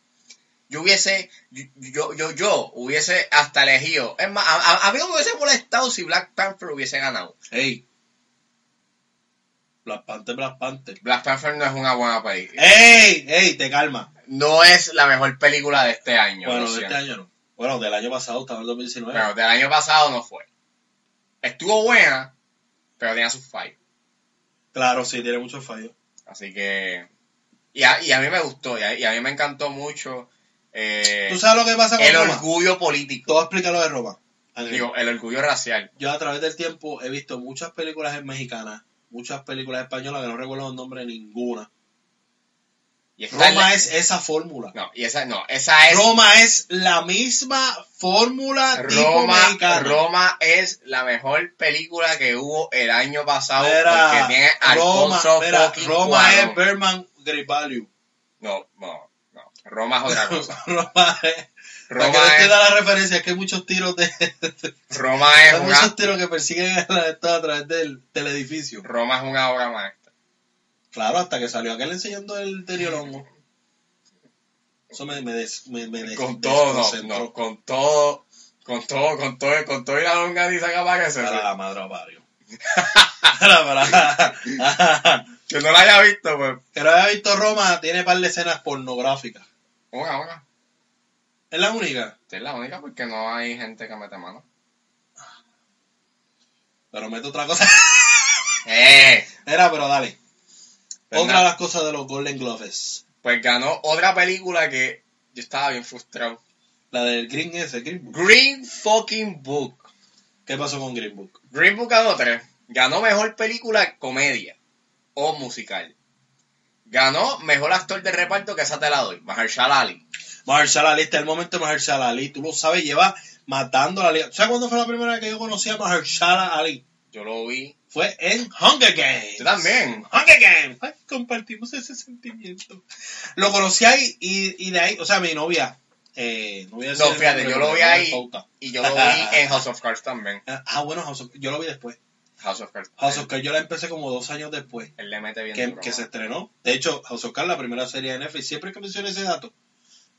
Speaker 1: yo hubiese, yo, yo, yo, yo hubiese hasta elegido. Es más, a, a- a mí no me hubiese molestado si Black Panther hubiese ganado.
Speaker 2: Hey. Black Panther, Black Panther.
Speaker 1: Black Panther no es una buena película.
Speaker 2: Eh. Hey, hey, te calma.
Speaker 1: No es la mejor película de este año.
Speaker 2: bueno,
Speaker 1: lo
Speaker 2: de este
Speaker 1: siento.
Speaker 2: año eh. no. Bueno, del año pasado, estaba en 2019.
Speaker 1: Pero del año pasado no fue. Estuvo buena, pero tenía sus fallos.
Speaker 2: Claro, sí, tiene muchos fallos.
Speaker 1: Así que. Y a, y a mí me gustó, y a, y a mí me encantó mucho eh,
Speaker 2: ¿Tú sabes lo que pasa con
Speaker 1: el
Speaker 2: Roma?
Speaker 1: orgullo político.
Speaker 2: Te voy a explicar lo de Roma. Ángel.
Speaker 1: Digo, el orgullo racial.
Speaker 2: Yo a través del tiempo he visto muchas películas en mexicanas, muchas películas españolas que no recuerdo los nombres de ninguna.
Speaker 1: Y esta
Speaker 2: Roma
Speaker 1: la-
Speaker 2: es esa fórmula.
Speaker 1: No, y esa, no, esa es.
Speaker 2: Roma es la misma fórmula tipo
Speaker 1: Roma,
Speaker 2: mexicana.
Speaker 1: Roma es la mejor película que hubo el año pasado
Speaker 2: Mira,
Speaker 1: porque tiene a
Speaker 2: Roma,
Speaker 1: Alfonso
Speaker 2: mira,
Speaker 1: fucking
Speaker 2: Roma
Speaker 1: Cuarón.
Speaker 2: es Berman Great Value.
Speaker 1: No, no, no. Roma es otra cosa.
Speaker 2: Roma es. Para que no
Speaker 1: Roma es,
Speaker 2: entienda la referencia, es que hay muchos tiros de,
Speaker 1: Roma es
Speaker 2: hay
Speaker 1: una,
Speaker 2: muchos tiros que persiguen a la gente a través del, del edificio.
Speaker 1: Roma es una obra maestra.
Speaker 2: Claro, hasta que salió aquel enseñando el teriolongo. Eso me, me, des- me, me des-
Speaker 1: Con todo, no,
Speaker 2: desconcentró.
Speaker 1: no, con todo, con todo, con todo, con todo y la longaniza que aparece.
Speaker 2: Para la madre que parió. Para- para-
Speaker 1: Que no la haya visto, pues.
Speaker 2: Que no había visto Roma, tiene par de escenas pornográficas.
Speaker 1: Una, una.
Speaker 2: Es la única.
Speaker 1: Esta es la única porque no hay gente que mete mano.
Speaker 2: Pero mete otra cosa.
Speaker 1: ¡Eh!
Speaker 2: Era, pero dale.
Speaker 1: Pues
Speaker 2: otra
Speaker 1: nada.
Speaker 2: de las cosas de los Golden Gloves.
Speaker 1: Pues ganó otra película que yo estaba bien frustrado.
Speaker 2: La del Green ese, Green Book.
Speaker 1: Green fucking Book.
Speaker 2: ¿Qué pasó con Green Book?
Speaker 1: Green Book ganó tres. Ganó mejor película comedia o musical. Ganó mejor actor de reparto que esa te la doy. Mahershala Ali.
Speaker 2: Mahershala Ali, está el momento de Mahershala Ali. Tú lo sabes, lleva matando la liga. ¿Sabes cuándo fue la primera vez que yo conocí a Mahershala Ali?
Speaker 1: Yo lo vi.
Speaker 2: Fue en Hunger Games.
Speaker 1: Yo también.
Speaker 2: Hunger Games. Ay, compartimos ese sentimiento. Lo conocí ahí y, y de ahí, o sea, mi novia. Eh, no, voy a decir
Speaker 1: No,
Speaker 2: el
Speaker 1: fíjate,
Speaker 2: nombre,
Speaker 1: yo
Speaker 2: pero
Speaker 1: lo vi
Speaker 2: me dio
Speaker 1: ahí.
Speaker 2: pauta.
Speaker 1: Y yo lo vi en House of Cards también.
Speaker 2: Ah, bueno, House of- yo lo vi después.
Speaker 1: House of Cards.
Speaker 2: House of Cards yo la empecé como dos años después
Speaker 1: Él le mete bien
Speaker 2: que,
Speaker 1: duro,
Speaker 2: que se
Speaker 1: mano.
Speaker 2: estrenó. De hecho, House of Cards, la primera serie de Netflix, siempre que menciono ese dato,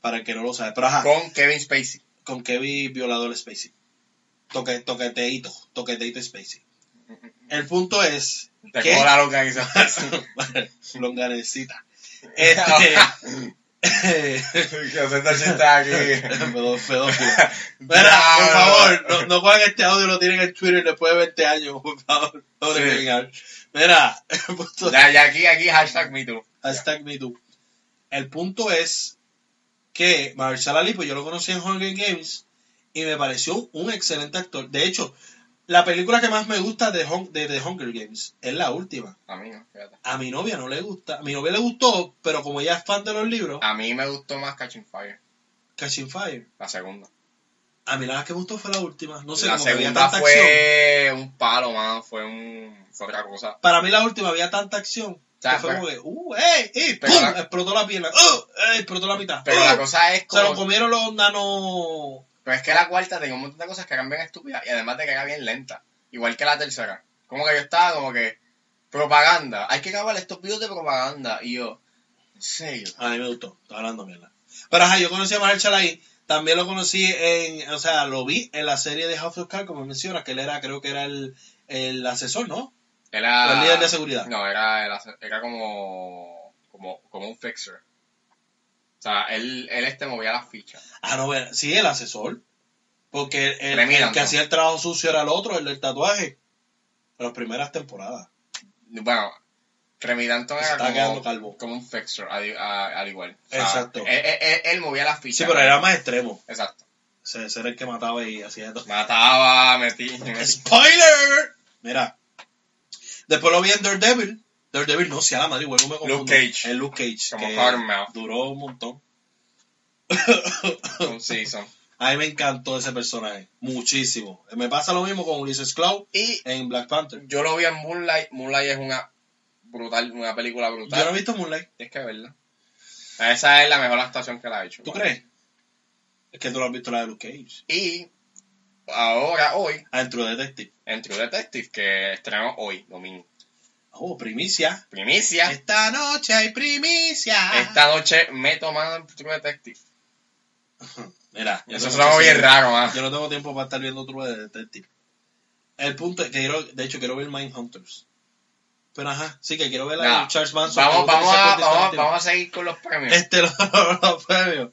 Speaker 2: para el que no lo sabe. Pero ajá,
Speaker 1: Con Kevin Spacey.
Speaker 2: con Kevin Violador Spacey. Toque, toqueteito, toqueteito Spacey. El punto es
Speaker 1: Mm, Te
Speaker 2: ¿Qué?
Speaker 1: cojo la organización.
Speaker 2: longanecita. Este,
Speaker 1: que hacer este chiste aquí.
Speaker 2: Pedó- pedófilo. Mira, por favor, no, no cojan este audio y lo tienen en Twitter después de 20 años, por favor. Pobre
Speaker 1: Sí.
Speaker 2: Kevin Hart. Mira, el punto,
Speaker 1: Ya, ya, aquí, aquí, hashtag me too.
Speaker 2: hashtag me too. El punto es que Marshall Ali, pues yo lo conocí en Hunger Games y me pareció un excelente actor. De hecho, la película que más me gusta de, Hun- de, de Hunger Games es la última.
Speaker 1: A mí no, fíjate.
Speaker 2: A mi novia no le gusta. A mi novia le gustó, pero como ella es fan de los libros,
Speaker 1: A mí me gustó más Catching Fire,
Speaker 2: Catching Fire.
Speaker 1: la segunda.
Speaker 2: A mí la que me gustó fue la última. No sé,
Speaker 1: la
Speaker 2: como que había
Speaker 1: segunda
Speaker 2: tanta acción.
Speaker 1: fue un palo, mano, fue, un, fue otra cosa.
Speaker 2: Para mí la última había tanta acción
Speaker 1: Ya,
Speaker 2: que fue
Speaker 1: pero-
Speaker 2: como que, ¡uh! ¡eh! ¡eh!
Speaker 1: Pero
Speaker 2: ¡pum!
Speaker 1: la-
Speaker 2: explotó la pierna. ¡uh! ¡eh! explotó la mitad.
Speaker 1: Pero
Speaker 2: ¡uh!
Speaker 1: la cosa es
Speaker 2: Se lo
Speaker 1: como...
Speaker 2: comieron los nanos.
Speaker 1: Pero es que la cuarta tenía un montón de cosas que eran bien estúpidas y además de que era bien lenta. Igual que la tercera. Como que yo estaba como que... Propaganda. Hay que acabar estos videos de propaganda. Y yo... En serio.
Speaker 2: A mí me gustó. Estaba hablando mierda. Pero ajá, yo conocí a Marshall ahí. También lo conocí en, o sea, lo vi en la serie de House of Cards, como mencionas, que él era, creo que era el, el asesor, ¿no?
Speaker 1: Era...
Speaker 2: El líder de seguridad.
Speaker 1: No, era, era, era como, como... Como un fixer. O sea, él, él este movía las fichas.
Speaker 2: Ah, no, bueno, sí, el asesor. Porque el- el,
Speaker 1: Premiando.
Speaker 2: el que hacía el trabajo sucio era el otro, el del tatuaje. En las primeras temporadas.
Speaker 1: Bueno, Remy Danton
Speaker 2: Se
Speaker 1: era
Speaker 2: estaba quedando
Speaker 1: como,
Speaker 2: calvo.
Speaker 1: como un fixer, al, a- al igual. O sea,
Speaker 2: Exacto.
Speaker 1: Él, él- él- él movía las fichas.
Speaker 2: Sí, pero era más extremo.
Speaker 1: Exacto.
Speaker 2: Ese ese era el que mataba y hacía de todo.
Speaker 1: Mataba, metí. metí.
Speaker 2: ¡Spoiler! Mira. Después lo vi en Daredevil. Daredevil no, sea la madre, igual no me confundo.
Speaker 1: Luke Cage.
Speaker 2: El Luke Cage.
Speaker 1: Como
Speaker 2: que
Speaker 1: Carmel.
Speaker 2: Duró un montón.
Speaker 1: Un season.
Speaker 2: A mí me encantó ese personaje. Muchísimo. Me pasa lo mismo con Ulysses Cloud
Speaker 1: Y
Speaker 2: en Black Panther.
Speaker 1: yo lo vi en Moonlight. Moonlight es una brutal, una película
Speaker 2: Yo no he
Speaker 1: brutal.
Speaker 2: visto Moonlight.
Speaker 1: Tienes que verla. Esa es la mejor actuación que la ha hecho.
Speaker 2: ¿Tú crees? Es que tú lo has visto la de Luke Cage.
Speaker 1: Y ahora, hoy,
Speaker 2: Ah, en True Detective.
Speaker 1: en True Detective, que estrenamos hoy, domingo.
Speaker 2: Oh, primicia.
Speaker 1: Primicia.
Speaker 2: Esta noche hay primicia.
Speaker 1: Esta noche me he tomado en True Detective.
Speaker 2: Mira, yo
Speaker 1: Eso
Speaker 2: no
Speaker 1: es
Speaker 2: sé
Speaker 1: algo
Speaker 2: si-
Speaker 1: bien raro, man.
Speaker 2: Yo no tengo tiempo para estar viendo True Detective. El punto es que quiero, de hecho, quiero ver Mindhunters. Pero ajá, sí que quiero ver la de
Speaker 1: Nah,
Speaker 2: Charles Manson.
Speaker 1: Vamos,
Speaker 2: que
Speaker 1: vamos,
Speaker 2: utiliza
Speaker 1: a,
Speaker 2: Quentin
Speaker 1: vamos,
Speaker 2: Tarantino.
Speaker 1: vamos a seguir con los premios.
Speaker 2: Este, los, los premios.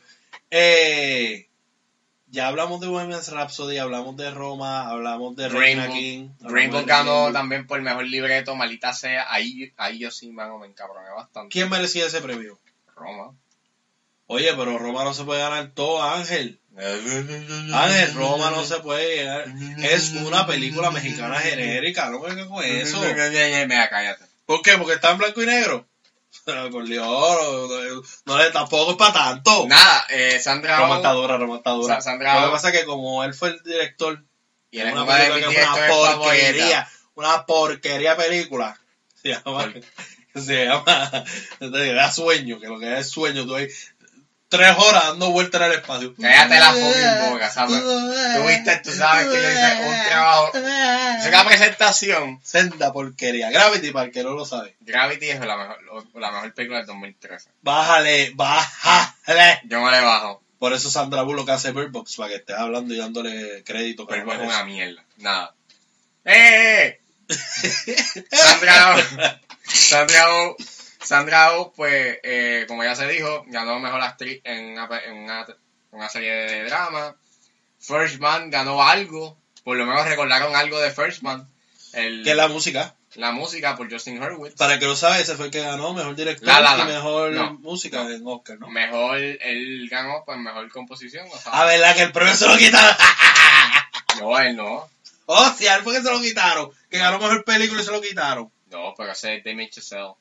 Speaker 2: Eh, ya hablamos de Bohemian Rhapsody, hablamos de Roma, hablamos de Reina
Speaker 1: Rainbow,
Speaker 2: King. hablamos
Speaker 1: Rainbow
Speaker 2: de
Speaker 1: ganó
Speaker 2: Rainbow.
Speaker 1: también por mejor libreto, malita sea. Ahí, ahí yo sí, mano, me encabroné bastante.
Speaker 2: ¿Quién merecía ese premio?
Speaker 1: Roma.
Speaker 2: Oye, pero Roma no se puede ganar todo, Ángel.
Speaker 1: Mm.
Speaker 2: Ángel, Ah, Roma no se puede ganar. Es una película mexicana genérica, no venga con
Speaker 1: Mm.
Speaker 2: eso.
Speaker 1: Mira, cállate.
Speaker 2: ¿Por qué? Porque está en blanco y negro. Pero, Por Dios, no, no, no le- tampoco es para tanto.
Speaker 1: Nada, eh, Sandra
Speaker 2: Roma Oh. está
Speaker 1: Oh,
Speaker 2: dura, Roma está dura.
Speaker 1: Sa- Sandra
Speaker 2: Lo
Speaker 1: Oh.
Speaker 2: que pasa es que como él fue el director
Speaker 1: y él es
Speaker 2: una
Speaker 1: una de
Speaker 2: película
Speaker 1: mis
Speaker 2: que es una
Speaker 1: directores favoritas.
Speaker 2: porquería, una porquería película. Se llama, se llama, te da sueño, que lo que da es sueño, tú ahí tres horas dando vueltas en el espacio.
Speaker 1: Cállate la fucking boca, ¿sabes? Tú viste, tú sabes que yo hice un trabajo. Es una presentación.
Speaker 2: Senda porquería. Gravity, para el que no lo sabe.
Speaker 1: Gravity es la mejor, la mejor película del 2013.
Speaker 2: Bájale, bájale.
Speaker 1: Yo me le bajo,
Speaker 2: Por eso Sandra Bullock hace Bird Box, para que estés hablando y dándole crédito. que
Speaker 1: pero
Speaker 2: no
Speaker 1: es
Speaker 2: merece.
Speaker 1: una mierda. Nada. ¡Eh, ¡Eh! eh! Sandra Oh. Sandra Oh, Sandra Oh, pues, eh, como ya se dijo, ganó mejor actriz en una, pe- en una, una serie de drama. First Man ganó algo, por lo menos recordaron algo de First Man. El-
Speaker 2: que es la música.
Speaker 1: la música por Justin Hurwitz.
Speaker 2: Para el que lo sabe, ese fue el que ganó mejor director
Speaker 1: La La Land.
Speaker 2: y mejor
Speaker 1: No.
Speaker 2: música en Oscar, ¿no?
Speaker 1: Mejor, él ganó, pues, mejor composición. O sea,
Speaker 2: A verdad que el premio se lo quitaron.
Speaker 1: no, él no.
Speaker 2: Hostia, él fue que se lo quitaron. Que ganó mejor película y se lo quitaron.
Speaker 1: No, pero ese es Damien Chazelle.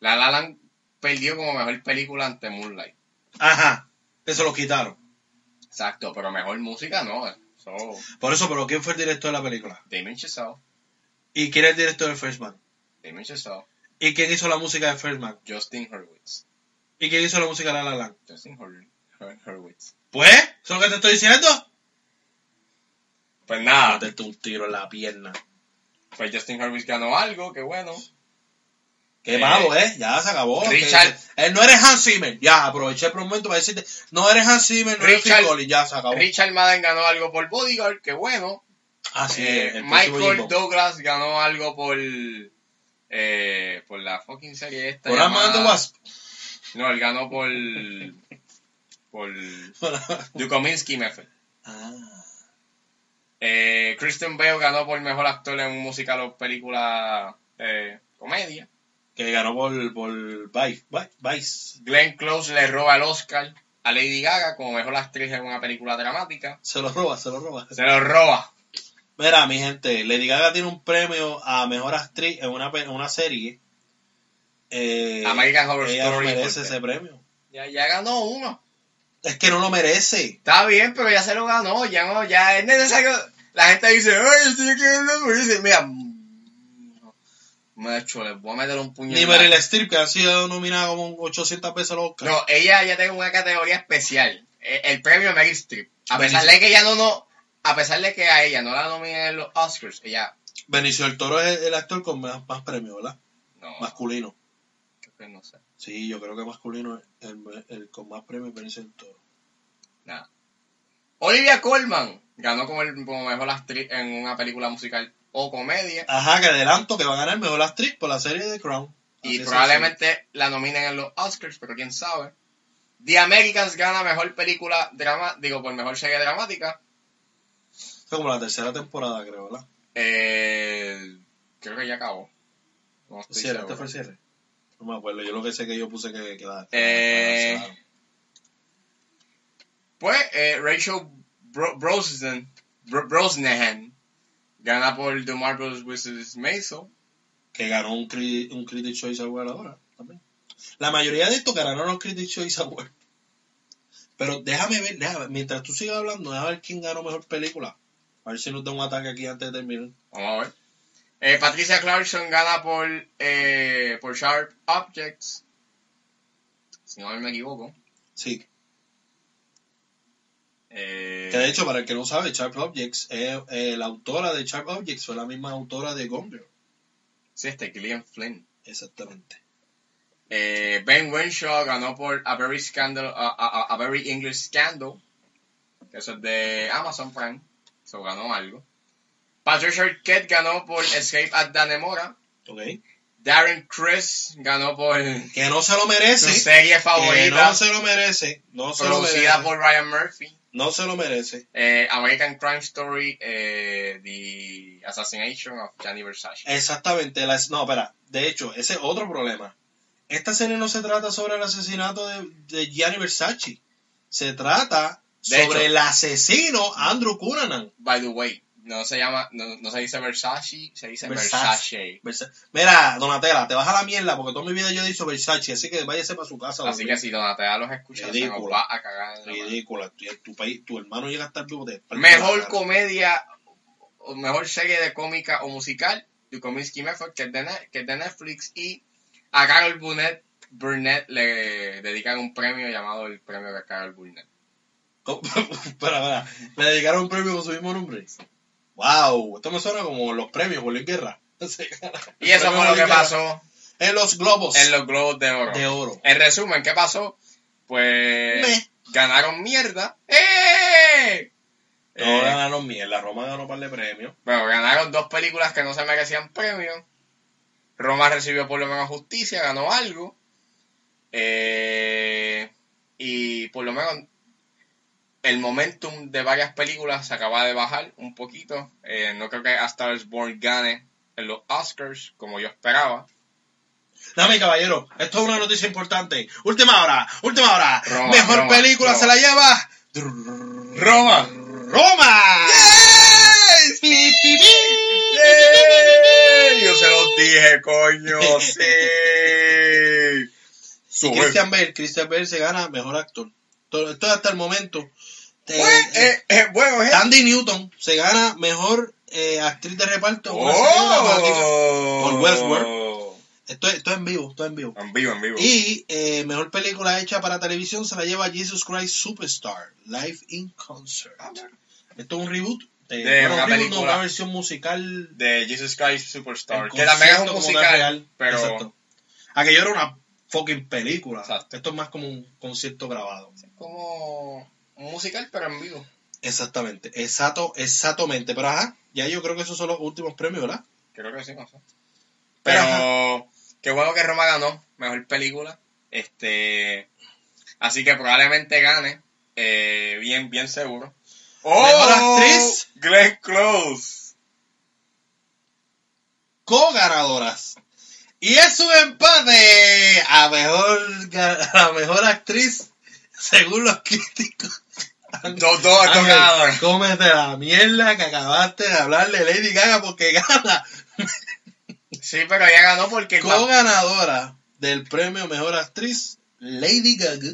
Speaker 1: La La Land perdió como mejor película ante Moonlight.
Speaker 2: Ajá. Que se lo quitaron.
Speaker 1: Exacto, pero mejor música no. So,
Speaker 2: Por eso, pero ¿quién fue el director de la película?
Speaker 1: Damien Chazelle.
Speaker 2: ¿Y quién es el director de First Man?
Speaker 1: Damien Chazelle,
Speaker 2: ¿Y quién hizo la música de First Man?
Speaker 1: Justin Hurwitz.
Speaker 2: ¿Y quién hizo la música de La La Land?
Speaker 1: Justin Hur- Hur- Hurwitz.
Speaker 2: Pues, ¿eso es lo que te estoy diciendo?
Speaker 1: Pues
Speaker 2: Ah,
Speaker 1: nada,
Speaker 2: te un tiro en la pierna.
Speaker 1: pues Justin Hurwitz ganó algo, qué bueno.
Speaker 2: Qué
Speaker 1: Eh,
Speaker 2: malo, ¿eh? Ya se acabó.
Speaker 1: Richard-
Speaker 2: Que- él no eres Hans Zimmer. Ya, aproveché por un momento para decirte, no eres Hans Zimmer, no eres
Speaker 1: Richard-
Speaker 2: Phil Collins. Ya se acabó.
Speaker 1: Richard Madden ganó algo por Bodyguard, qué bueno.
Speaker 2: Así
Speaker 1: Eh,
Speaker 2: es. Ah, el próximo Jim
Speaker 1: Michael
Speaker 2: Bond.
Speaker 1: Douglas ganó algo por eh, por la fucking serie esta.
Speaker 2: Por
Speaker 1: llamada-
Speaker 2: Armando Wasp.
Speaker 1: No, él ganó por por Dukominsky Method.
Speaker 2: ah.
Speaker 1: Eh, Kristen Bell ganó por mejor actor en un musical o película eh, comedia.
Speaker 2: que ganó por, por Vice, Vi- Vice.
Speaker 1: Glenn Close le roba el Oscar a Lady Gaga como mejor actriz en una película dramática.
Speaker 2: Se lo roba, se lo roba.
Speaker 1: Se lo roba.
Speaker 2: Mira, mi gente, Lady Gaga tiene un premio a mejor actriz en una, pe- en una serie. Eh,
Speaker 1: American Horror
Speaker 2: ella no
Speaker 1: Story.
Speaker 2: merece
Speaker 1: porque-
Speaker 2: ese premio.
Speaker 1: Ya, ya ganó uno.
Speaker 2: Es que no lo merece.
Speaker 1: Está bien, pero ya se lo ganó. Ya no, ya es necesario. La gente dice, ay, estoy aquí hablando", y dice, Mira, mm, no. macho, les voy a meter un puño.
Speaker 2: Ni
Speaker 1: en la-
Speaker 2: Meryl Streep, que ha sido nominada como un 800 veces al Oscar.
Speaker 1: No, ella ya tiene una categoría especial. e- El, premio Meryl Streep. A
Speaker 2: Meryl
Speaker 1: pesar de que ella no, no, a pesar de que a ella no la nominen en los Oscars, ella
Speaker 2: Benicio del Toro es el actor con más, más premios, ¿verdad?
Speaker 1: no,
Speaker 2: Masculino.
Speaker 1: creo que no sé.
Speaker 2: Sí, yo creo que masculino es el, el con más premios es Benicio del Toro.
Speaker 1: Nada. Olivia Colman ganó como, el, como mejor actriz en una película musical o comedia.
Speaker 2: Ajá, que adelanto que va a ganar mejor actriz por la serie de Crown. Así
Speaker 1: Y
Speaker 2: es
Speaker 1: probablemente la nominen en los Oscars, pero quién sabe. The Americans gana mejor película drama, digo, por mejor serie dramática.
Speaker 2: sencillo. Fue como la tercera temporada, creo, ¿verdad?
Speaker 1: Eh, creo que ya acabó. No estoy
Speaker 2: Cierre,
Speaker 1: seguro.
Speaker 2: este fue el cierre. No me acuerdo, yo lo que sé que yo puse que quedaba.
Speaker 1: Eh. Pues eh, Rachel Bro- Brosnan, Bro- Brosnahan gana por The Marvelous Mrs. Maisel.
Speaker 2: Que ganó un, cri- un Critic Choice Award ahora también. La mayoría de estos ganaron los Critic Choice Award. Pero déjame ver, déjame, mientras tú sigas hablando, déjame ver quién ganó mejor película. A ver si nos da un ataque aquí antes de terminar.
Speaker 1: Vamos a ver. Eh, Patricia Clarkson gana por, eh, por Sharp Objects. Si no me equivoco.
Speaker 2: Sí.
Speaker 1: Eh,
Speaker 2: Que de hecho, para el que no sabe, Sharp Objects, es, eh, la autora de Sharp Objects fue la misma autora de Gone Girl.
Speaker 1: sí, este Killian Flynn.
Speaker 2: Exactamente.
Speaker 1: Eh, ben Wenshaw ganó por A Very, Scandal, a, a- a Very English Scandal. que Eso es de Amazon Prime. Eso ganó algo. Patricia Arquette ganó por Escape at Danemora.
Speaker 2: ¿Ok?
Speaker 1: Darren Criss ganó por
Speaker 2: Que no se lo
Speaker 1: su
Speaker 2: merece.
Speaker 1: serie
Speaker 2: Que
Speaker 1: favorita.
Speaker 2: no se lo merece. No se lo merece.
Speaker 1: producida por Ryan Murphy.
Speaker 2: No se lo merece.
Speaker 1: eh, American Crime Story, eh, The Assassination of Gianni Versace.
Speaker 2: Exactamente. la- no, espera. De hecho, ese es otro problema. Esta serie no se trata sobre el asesinato de, de Gianni Versace. Se trata
Speaker 1: De
Speaker 2: sobre
Speaker 1: hecho.
Speaker 2: el asesino Andrew Cunanan.
Speaker 1: By the way, no se llama, no, no se dice Versace, se dice
Speaker 2: Versace.
Speaker 1: Versace.
Speaker 2: Versa- Mira, Donatella, te vas a la mierda porque toda mi vida yo he dicho Versace, así que váyase para su casa.
Speaker 1: Así que si Donatea los escucha, se nos
Speaker 2: Ridículo.
Speaker 1: va a cagar. en la mano.
Speaker 2: Ridícula. Tu, tu país- tu hermano llega a estar vivo de
Speaker 1: Mejor comedia, o mejor serie de cómica o musical, The Cominsky Method, que es de, Ne- que es de Netflix, y a Carol Burnett, Burnett le dedican un premio llamado el premio de Carol Burnett.
Speaker 2: Espera, espera. Le dedicaron un premio con su mismo nombre. ¡Wow! Esto me suena como los premios por la guerra.
Speaker 1: Y eso
Speaker 2: Premio
Speaker 1: fue lo que
Speaker 2: Bolívar.
Speaker 1: pasó
Speaker 2: En los globos
Speaker 1: en los Globos de Oro.
Speaker 2: de oro.
Speaker 1: En resumen, ¿qué pasó? Pues
Speaker 2: Me.
Speaker 1: ganaron mierda. ¡Eh!
Speaker 2: No
Speaker 1: Eh,
Speaker 2: ganaron mierda. Roma ganó un par de premios.
Speaker 1: bueno, ganaron dos películas que no se merecían premio. Roma recibió por lo menos justicia, ganó algo. Eh, y por lo menos el momentum de varias películas se acaba de bajar un poquito. Eh, no creo que A Star is Born gane en los Oscars como yo esperaba.
Speaker 2: Dame, caballero. Esto es una noticia importante. Última hora. Última hora.
Speaker 1: Roma,
Speaker 2: Mejor
Speaker 1: Roma,
Speaker 2: película
Speaker 1: Roma.
Speaker 2: se la lleva.
Speaker 1: ¡Roma!
Speaker 2: ¡Roma! Pi, pi, pi.
Speaker 1: ¡Yay! Yo se los dije, coño, sí. Sube.
Speaker 2: Christian Bale. Christian Bale se gana mejor actor. Todo- Esto es hasta el momento. Te-
Speaker 1: Bueno, eh, eh, bueno, gente.
Speaker 2: Tandy Newton se gana mejor eh, actriz de reparto. Una serie dramática.
Speaker 1: ¡Oh!
Speaker 2: Por Westworld. Esto, es- esto es en vivo, esto es en vivo.
Speaker 1: En vivo, en vivo.
Speaker 2: Y eh, mejor película hecha para televisión se la lleva Jesus Christ Superstar, Live in Concert.
Speaker 1: Ah, bueno.
Speaker 2: Esto es un reboot de,
Speaker 1: De
Speaker 2: bueno,
Speaker 1: una
Speaker 2: un reboot no,
Speaker 1: película.
Speaker 2: una versión musical.
Speaker 1: De Jesus Christ Superstar.
Speaker 2: en
Speaker 1: Que también es un
Speaker 2: concierto como una
Speaker 1: musical,
Speaker 2: real.
Speaker 1: pero...
Speaker 2: Exacto. Aquello era una fucking película.
Speaker 1: Exacto.
Speaker 2: Esto es más como un concierto grabado.
Speaker 1: Como un musical, pero en vivo.
Speaker 2: Exactamente, exacto, exactamente. Pero ajá, ya yo creo que esos son los últimos premios, ¿verdad?
Speaker 1: Creo que sí, no sé.
Speaker 2: Pero,
Speaker 1: Pero qué bueno que Roma ganó, mejor película. Este, así que probablemente gane, eh, bien, bien seguro.
Speaker 2: Mejor actriz.
Speaker 1: Oh. Glenn Close.
Speaker 2: co-ganadoras. Y es un empate a mejor, ga- a mejor actriz, según los críticos.
Speaker 1: Dos, dos
Speaker 2: Ángel,
Speaker 1: ganadores.
Speaker 2: cómete la mierda que acabaste de hablarle a Lady Gaga porque gana
Speaker 1: Sí, pero ella ganó porque el papel-
Speaker 2: co-ganadora del premio Mejor Actriz, Lady Gaga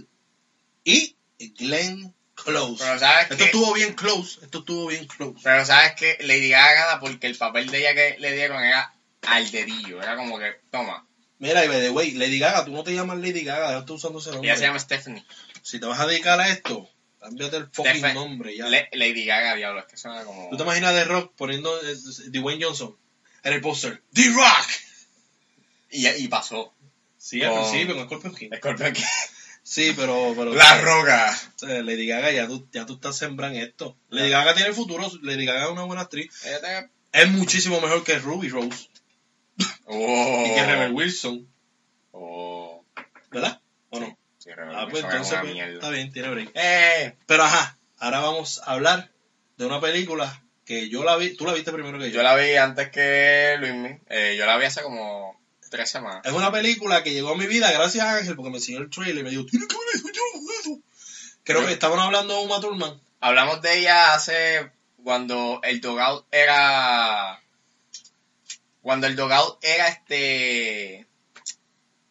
Speaker 2: y Glenn Close.
Speaker 1: Pero sabes
Speaker 2: Esto
Speaker 1: que,
Speaker 2: estuvo bien close, esto estuvo bien close.
Speaker 1: pero sabes que Lady Gaga gana porque el papel de ella que le dieron era al dedillo. Era como que, toma.
Speaker 2: Mira, y by the way, Lady Gaga, tú no te llamas Lady Gaga, ya estás usando ese nombre.
Speaker 1: Ella se llama Stephanie.
Speaker 2: Si te vas a dedicar a esto, cámbiate el fucking
Speaker 1: Defe-
Speaker 2: nombre ya.
Speaker 1: Le- Lady Gaga, diablo, es que suena como.
Speaker 2: ¿Tú te imaginas de Rock poniendo eh, Dwayne Johnson en el póster? ¡The Rock!
Speaker 1: Y, y pasó.
Speaker 2: Sí,
Speaker 1: al
Speaker 2: al principio
Speaker 1: principio,
Speaker 2: con Scorpio King.
Speaker 1: Scorpion King.
Speaker 2: Sí, pero... pero
Speaker 1: La roga.
Speaker 2: eh, Lady Gaga, ya tú, ya tú estás sembrando esto. Lady Gaga tiene futuro, Lady Gaga es una buena actriz.
Speaker 1: Ella tiene-
Speaker 2: Es muchísimo mejor que Ruby Rose
Speaker 1: Oh.
Speaker 2: y que Rebel Wilson,
Speaker 1: Oh.
Speaker 2: ¿verdad? ¿O no?
Speaker 1: Sí, Rebel
Speaker 2: Ah, pues
Speaker 1: Wilson
Speaker 2: entonces
Speaker 1: es una
Speaker 2: pues, está
Speaker 1: mierda.
Speaker 2: bien, tiene break.
Speaker 1: ¡Eh!
Speaker 2: Pero ajá, ahora vamos a hablar de una película que yo la vi, tú la viste primero que yo.
Speaker 1: Yo la vi antes que Luismi. Eh, yo la vi hace como tres semanas.
Speaker 2: Es una película que llegó a mi vida gracias a Ángel porque me enseñó el trailer y me dijo, tienes que ver eso, yo ver eso. Creo que estaban hablando de Uma Thurman.
Speaker 1: Hablamos de ella hace cuando el dogout era. Cuando el dogout era este.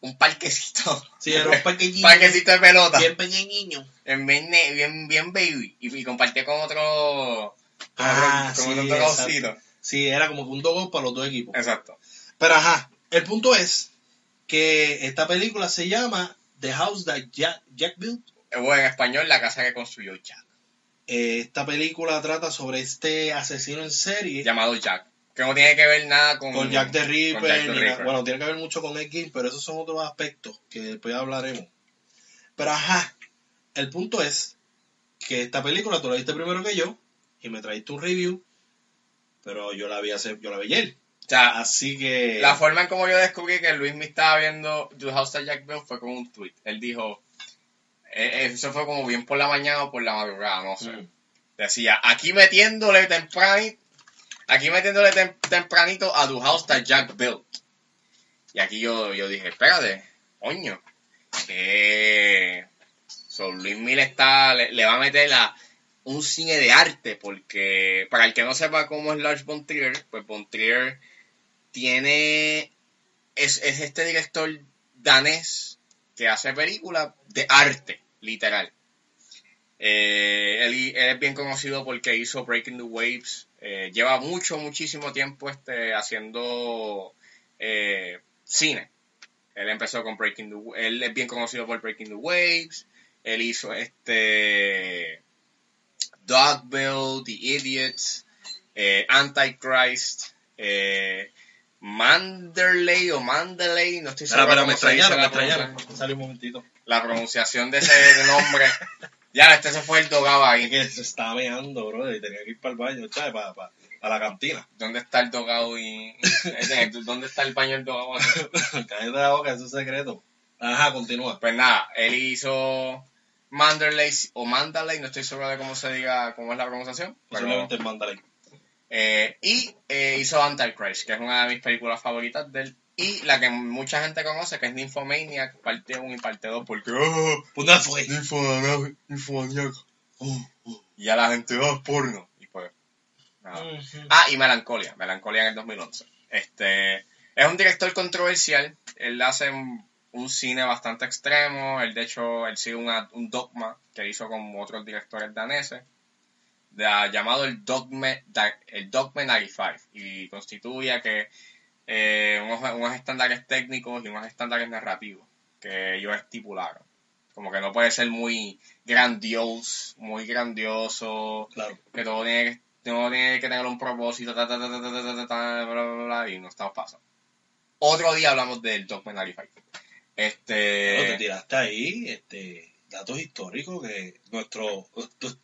Speaker 1: Un parquecito.
Speaker 2: Sí, era un pequeñito.
Speaker 1: parquecito de pelota.
Speaker 2: Bien pequeño.
Speaker 1: Bien, bien, ne- bien, bien baby. Y, y compartía con otro. Con
Speaker 2: Ah,
Speaker 1: otro, con
Speaker 2: sí,
Speaker 1: otro dogoutcito.
Speaker 2: Sí, era como que un dogo para los dos equipos.
Speaker 1: Exacto.
Speaker 2: Pero ajá, el punto es que esta película se llama The House That Jack, Jack Built.
Speaker 1: O en español, la casa que construyó Jack.
Speaker 2: Eh, esta película trata sobre este asesino en serie
Speaker 1: llamado Jack. Que no tiene que ver nada con,
Speaker 2: con Jack the Ripper.
Speaker 1: con Jack
Speaker 2: ni
Speaker 1: the
Speaker 2: nada.
Speaker 1: Ripper.
Speaker 2: Bueno, tiene que ver mucho con Ed Gein, pero esos son otros aspectos que después hablaremos. Pero ajá, el punto es que esta película tú la viste primero que yo y me traíste un review, pero yo la vi hace, yo la vi ayer.
Speaker 1: O sea,
Speaker 2: Así que
Speaker 1: la forma en como yo descubrí que Luis me estaba viendo The House of Jack Bell fue con un tweet. Él dijo, eh, eso fue como bien por la mañana o por la madrugada, no sé.
Speaker 2: Mm.
Speaker 1: Decía, aquí metiéndole tempranito, aquí metiéndole tem- tempranito a tu house that Jack built. Y aquí yo, yo dije, espérate, coño. Eh, so Luis Mil está, le, le va a meter la, un cine de arte, porque para el que no sepa cómo es Lars von Trier, pues von Trier tiene, es, es este director danés que hace películas de arte, literal. Eh, él, él es bien conocido porque hizo Breaking the Waves. Eh, lleva mucho, muchísimo tiempo este, haciendo eh, cine. Él empezó con Breaking the Wa- Él es bien conocido por Breaking the Waves. Él hizo este. Dogville, The Idiots, eh, Antichrist, eh, Manderley o Mandeley, no estoy
Speaker 2: Espera, espera, me
Speaker 1: cómo se dice
Speaker 2: extrañaron, me
Speaker 1: la pronuncia-
Speaker 2: extrañaron. Sale un momentito.
Speaker 1: la pronunciación de ese nombre. ya, este se fue el dogado
Speaker 2: Es
Speaker 1: ahí.
Speaker 2: que se estaba meando, bro, y tenía que ir para el baño, ¿sabes? Para, para, la cantina.
Speaker 1: ¿Dónde está el dogado y.? ¿Dónde está el baño del dogado?
Speaker 2: Cállate la boca, eso es secreto. Ajá, continúa.
Speaker 1: Pues nada, él hizo Manderley o Mandalay, no estoy seguro de cómo se diga, cómo es la pronunciación. pero-
Speaker 2: Posiblemente el mandarín.
Speaker 1: Eh, y eh, hizo Antichrist, que es una de mis películas favoritas de él. Y la que mucha gente conoce, que es Nymphomaniac, parte 1 y parte 2, porque... ¡ah!
Speaker 2: Pues nada, fue.
Speaker 1: Nymphomaniac, Nymphomaniac.
Speaker 2: Uh,
Speaker 1: oh, oh. Y a la gente, oh, porno. Y pues... nada. Ah, y Melancolia, Melancolia en el 2011. Este, es un director controversial, él hace un, un cine bastante extremo, él de hecho, él sigue una- un dogma que hizo con otros directores daneses, da- llamado el Dogma, da- el dogma 95, y constituye que eh, unos, unos estándares técnicos y unos estándares narrativos que ellos estipularon. Como que no puede ser muy grandioso, muy grandioso,
Speaker 2: Claro.
Speaker 1: que todo tiene que, todo tiene que tener un propósito, ta, ta, ta, ta, ta, ta, ta, ta, bla, bla, bla, y no estamos pasando. Otro día hablamos del Dogma 95.
Speaker 2: Bueno, te
Speaker 1: Este,
Speaker 2: tiraste ahí este, datos históricos que nuestro, nuestro,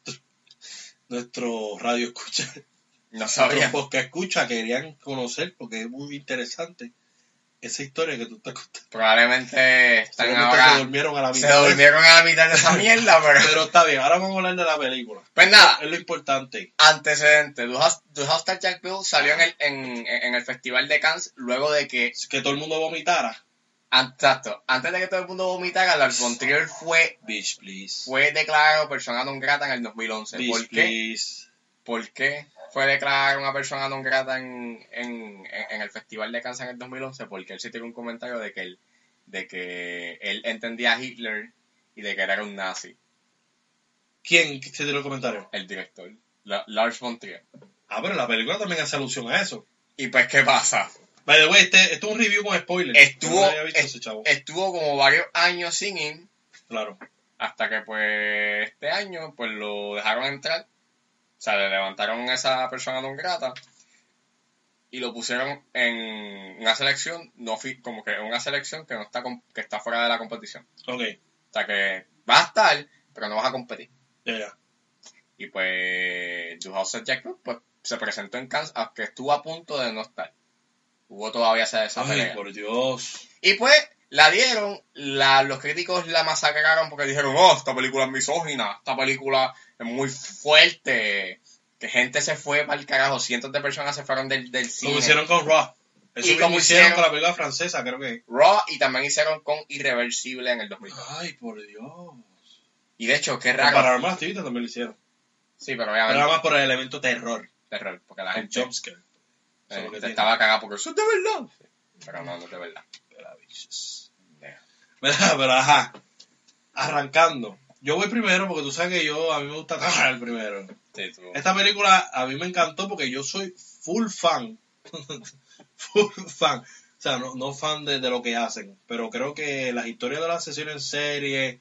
Speaker 2: nuestro radio escucha,
Speaker 1: no
Speaker 2: nuestro
Speaker 1: sabía.
Speaker 2: podcast escucha querían conocer porque es muy interesante esa historia que tú estás contando.
Speaker 1: Probablemente están
Speaker 2: Seguramente se
Speaker 1: ahora.
Speaker 2: durmieron a la
Speaker 1: Se
Speaker 2: mitad. de-
Speaker 1: durmieron a la mitad de esa mierda, pero.
Speaker 2: Pero está bien, ahora vamos a hablar de la película.
Speaker 1: Pues nada,
Speaker 2: Es lo importante.
Speaker 1: antecedente. Du Hast- Du Hast That Jack Bill salió en el, en, en el Festival de Cannes luego de que
Speaker 2: Que todo el mundo vomitara.
Speaker 1: Exacto. Antes de que todo el mundo vomitara, Lars von Trier fue,
Speaker 2: Bitch, please.
Speaker 1: fue declarado persona non grata en el 2011.
Speaker 2: Bitch,
Speaker 1: Pues, ¿Por qué?
Speaker 2: please.
Speaker 1: ¿Por qué fue declarada una persona non grata en, en, en- en el Festival de Kansas en el 2011? Porque él sí tiene un comentario de que él, de que él entendía a Hitler y de que era un nazi,
Speaker 2: ¿Quién se tiró el comentario?
Speaker 1: el director, La- Lars von Trier.
Speaker 2: Ah, pero la película también hace alusión a eso.
Speaker 1: Y pues, ¿qué pasa?
Speaker 2: By the way, este, esto es un review con spoilers.
Speaker 1: Estuvo-
Speaker 2: Yo No había visto
Speaker 1: es-
Speaker 2: ese chavo.
Speaker 1: Estuvo como varios años sin ir,
Speaker 2: Claro.
Speaker 1: hasta que pues este año pues lo dejaron entrar. O sea, le levantaron esa persona non grata y lo pusieron en una selección, no fi- como que una selección que no está com- que está fuera de la competición.
Speaker 2: Ok.
Speaker 1: O sea que vas a estar, pero no vas a competir.
Speaker 2: Ya, ya.
Speaker 1: Y pues Duhauser Jack Club pues, se presentó en Kansas, aunque estuvo a punto de no estar. Hubo todavía esa, esa
Speaker 2: Ay,
Speaker 1: pelea.
Speaker 2: por Dios.
Speaker 1: Y pues la dieron, la- los críticos la masacraron porque dijeron, oh, esta película es misógina, esta película es muy fuerte, que gente se fue para el carajo, cientos de personas se fueron del, del
Speaker 2: Como
Speaker 1: cine.
Speaker 2: hicieron con Raw. Eso
Speaker 1: Y
Speaker 2: mismo
Speaker 1: como
Speaker 2: hicieron
Speaker 1: hicieron-
Speaker 2: con la película francesa, creo que.
Speaker 1: Raw y también hicieron con Irreversible en el 2000.
Speaker 2: Ay, por Dios.
Speaker 1: Y de hecho, qué
Speaker 2: Para
Speaker 1: raro.
Speaker 2: Paranormal Activity también lo hicieron.
Speaker 1: Sí, pero
Speaker 2: Pero
Speaker 1: obviamente
Speaker 2: nada más por el elemento terror.
Speaker 1: terror, porque la
Speaker 2: El
Speaker 1: gente
Speaker 2: jumpscare.
Speaker 1: eh,
Speaker 2: Eso es lo que
Speaker 1: te
Speaker 2: tiene.
Speaker 1: estaba cagada porque eso es de verdad. Pero no, no es de verdad.
Speaker 2: Espera, bitches.
Speaker 1: Yeah.
Speaker 2: Mira, pero ajá. Arrancando. Yo voy primero porque tú sabes que yo, a mí me gusta trabajar primero.
Speaker 1: Sí, tú-
Speaker 2: Esta película a mí me encantó porque yo soy full fan. full fan. O sea, no, no fan de, de lo que hacen. Pero creo que las historias de las sesiones en serie,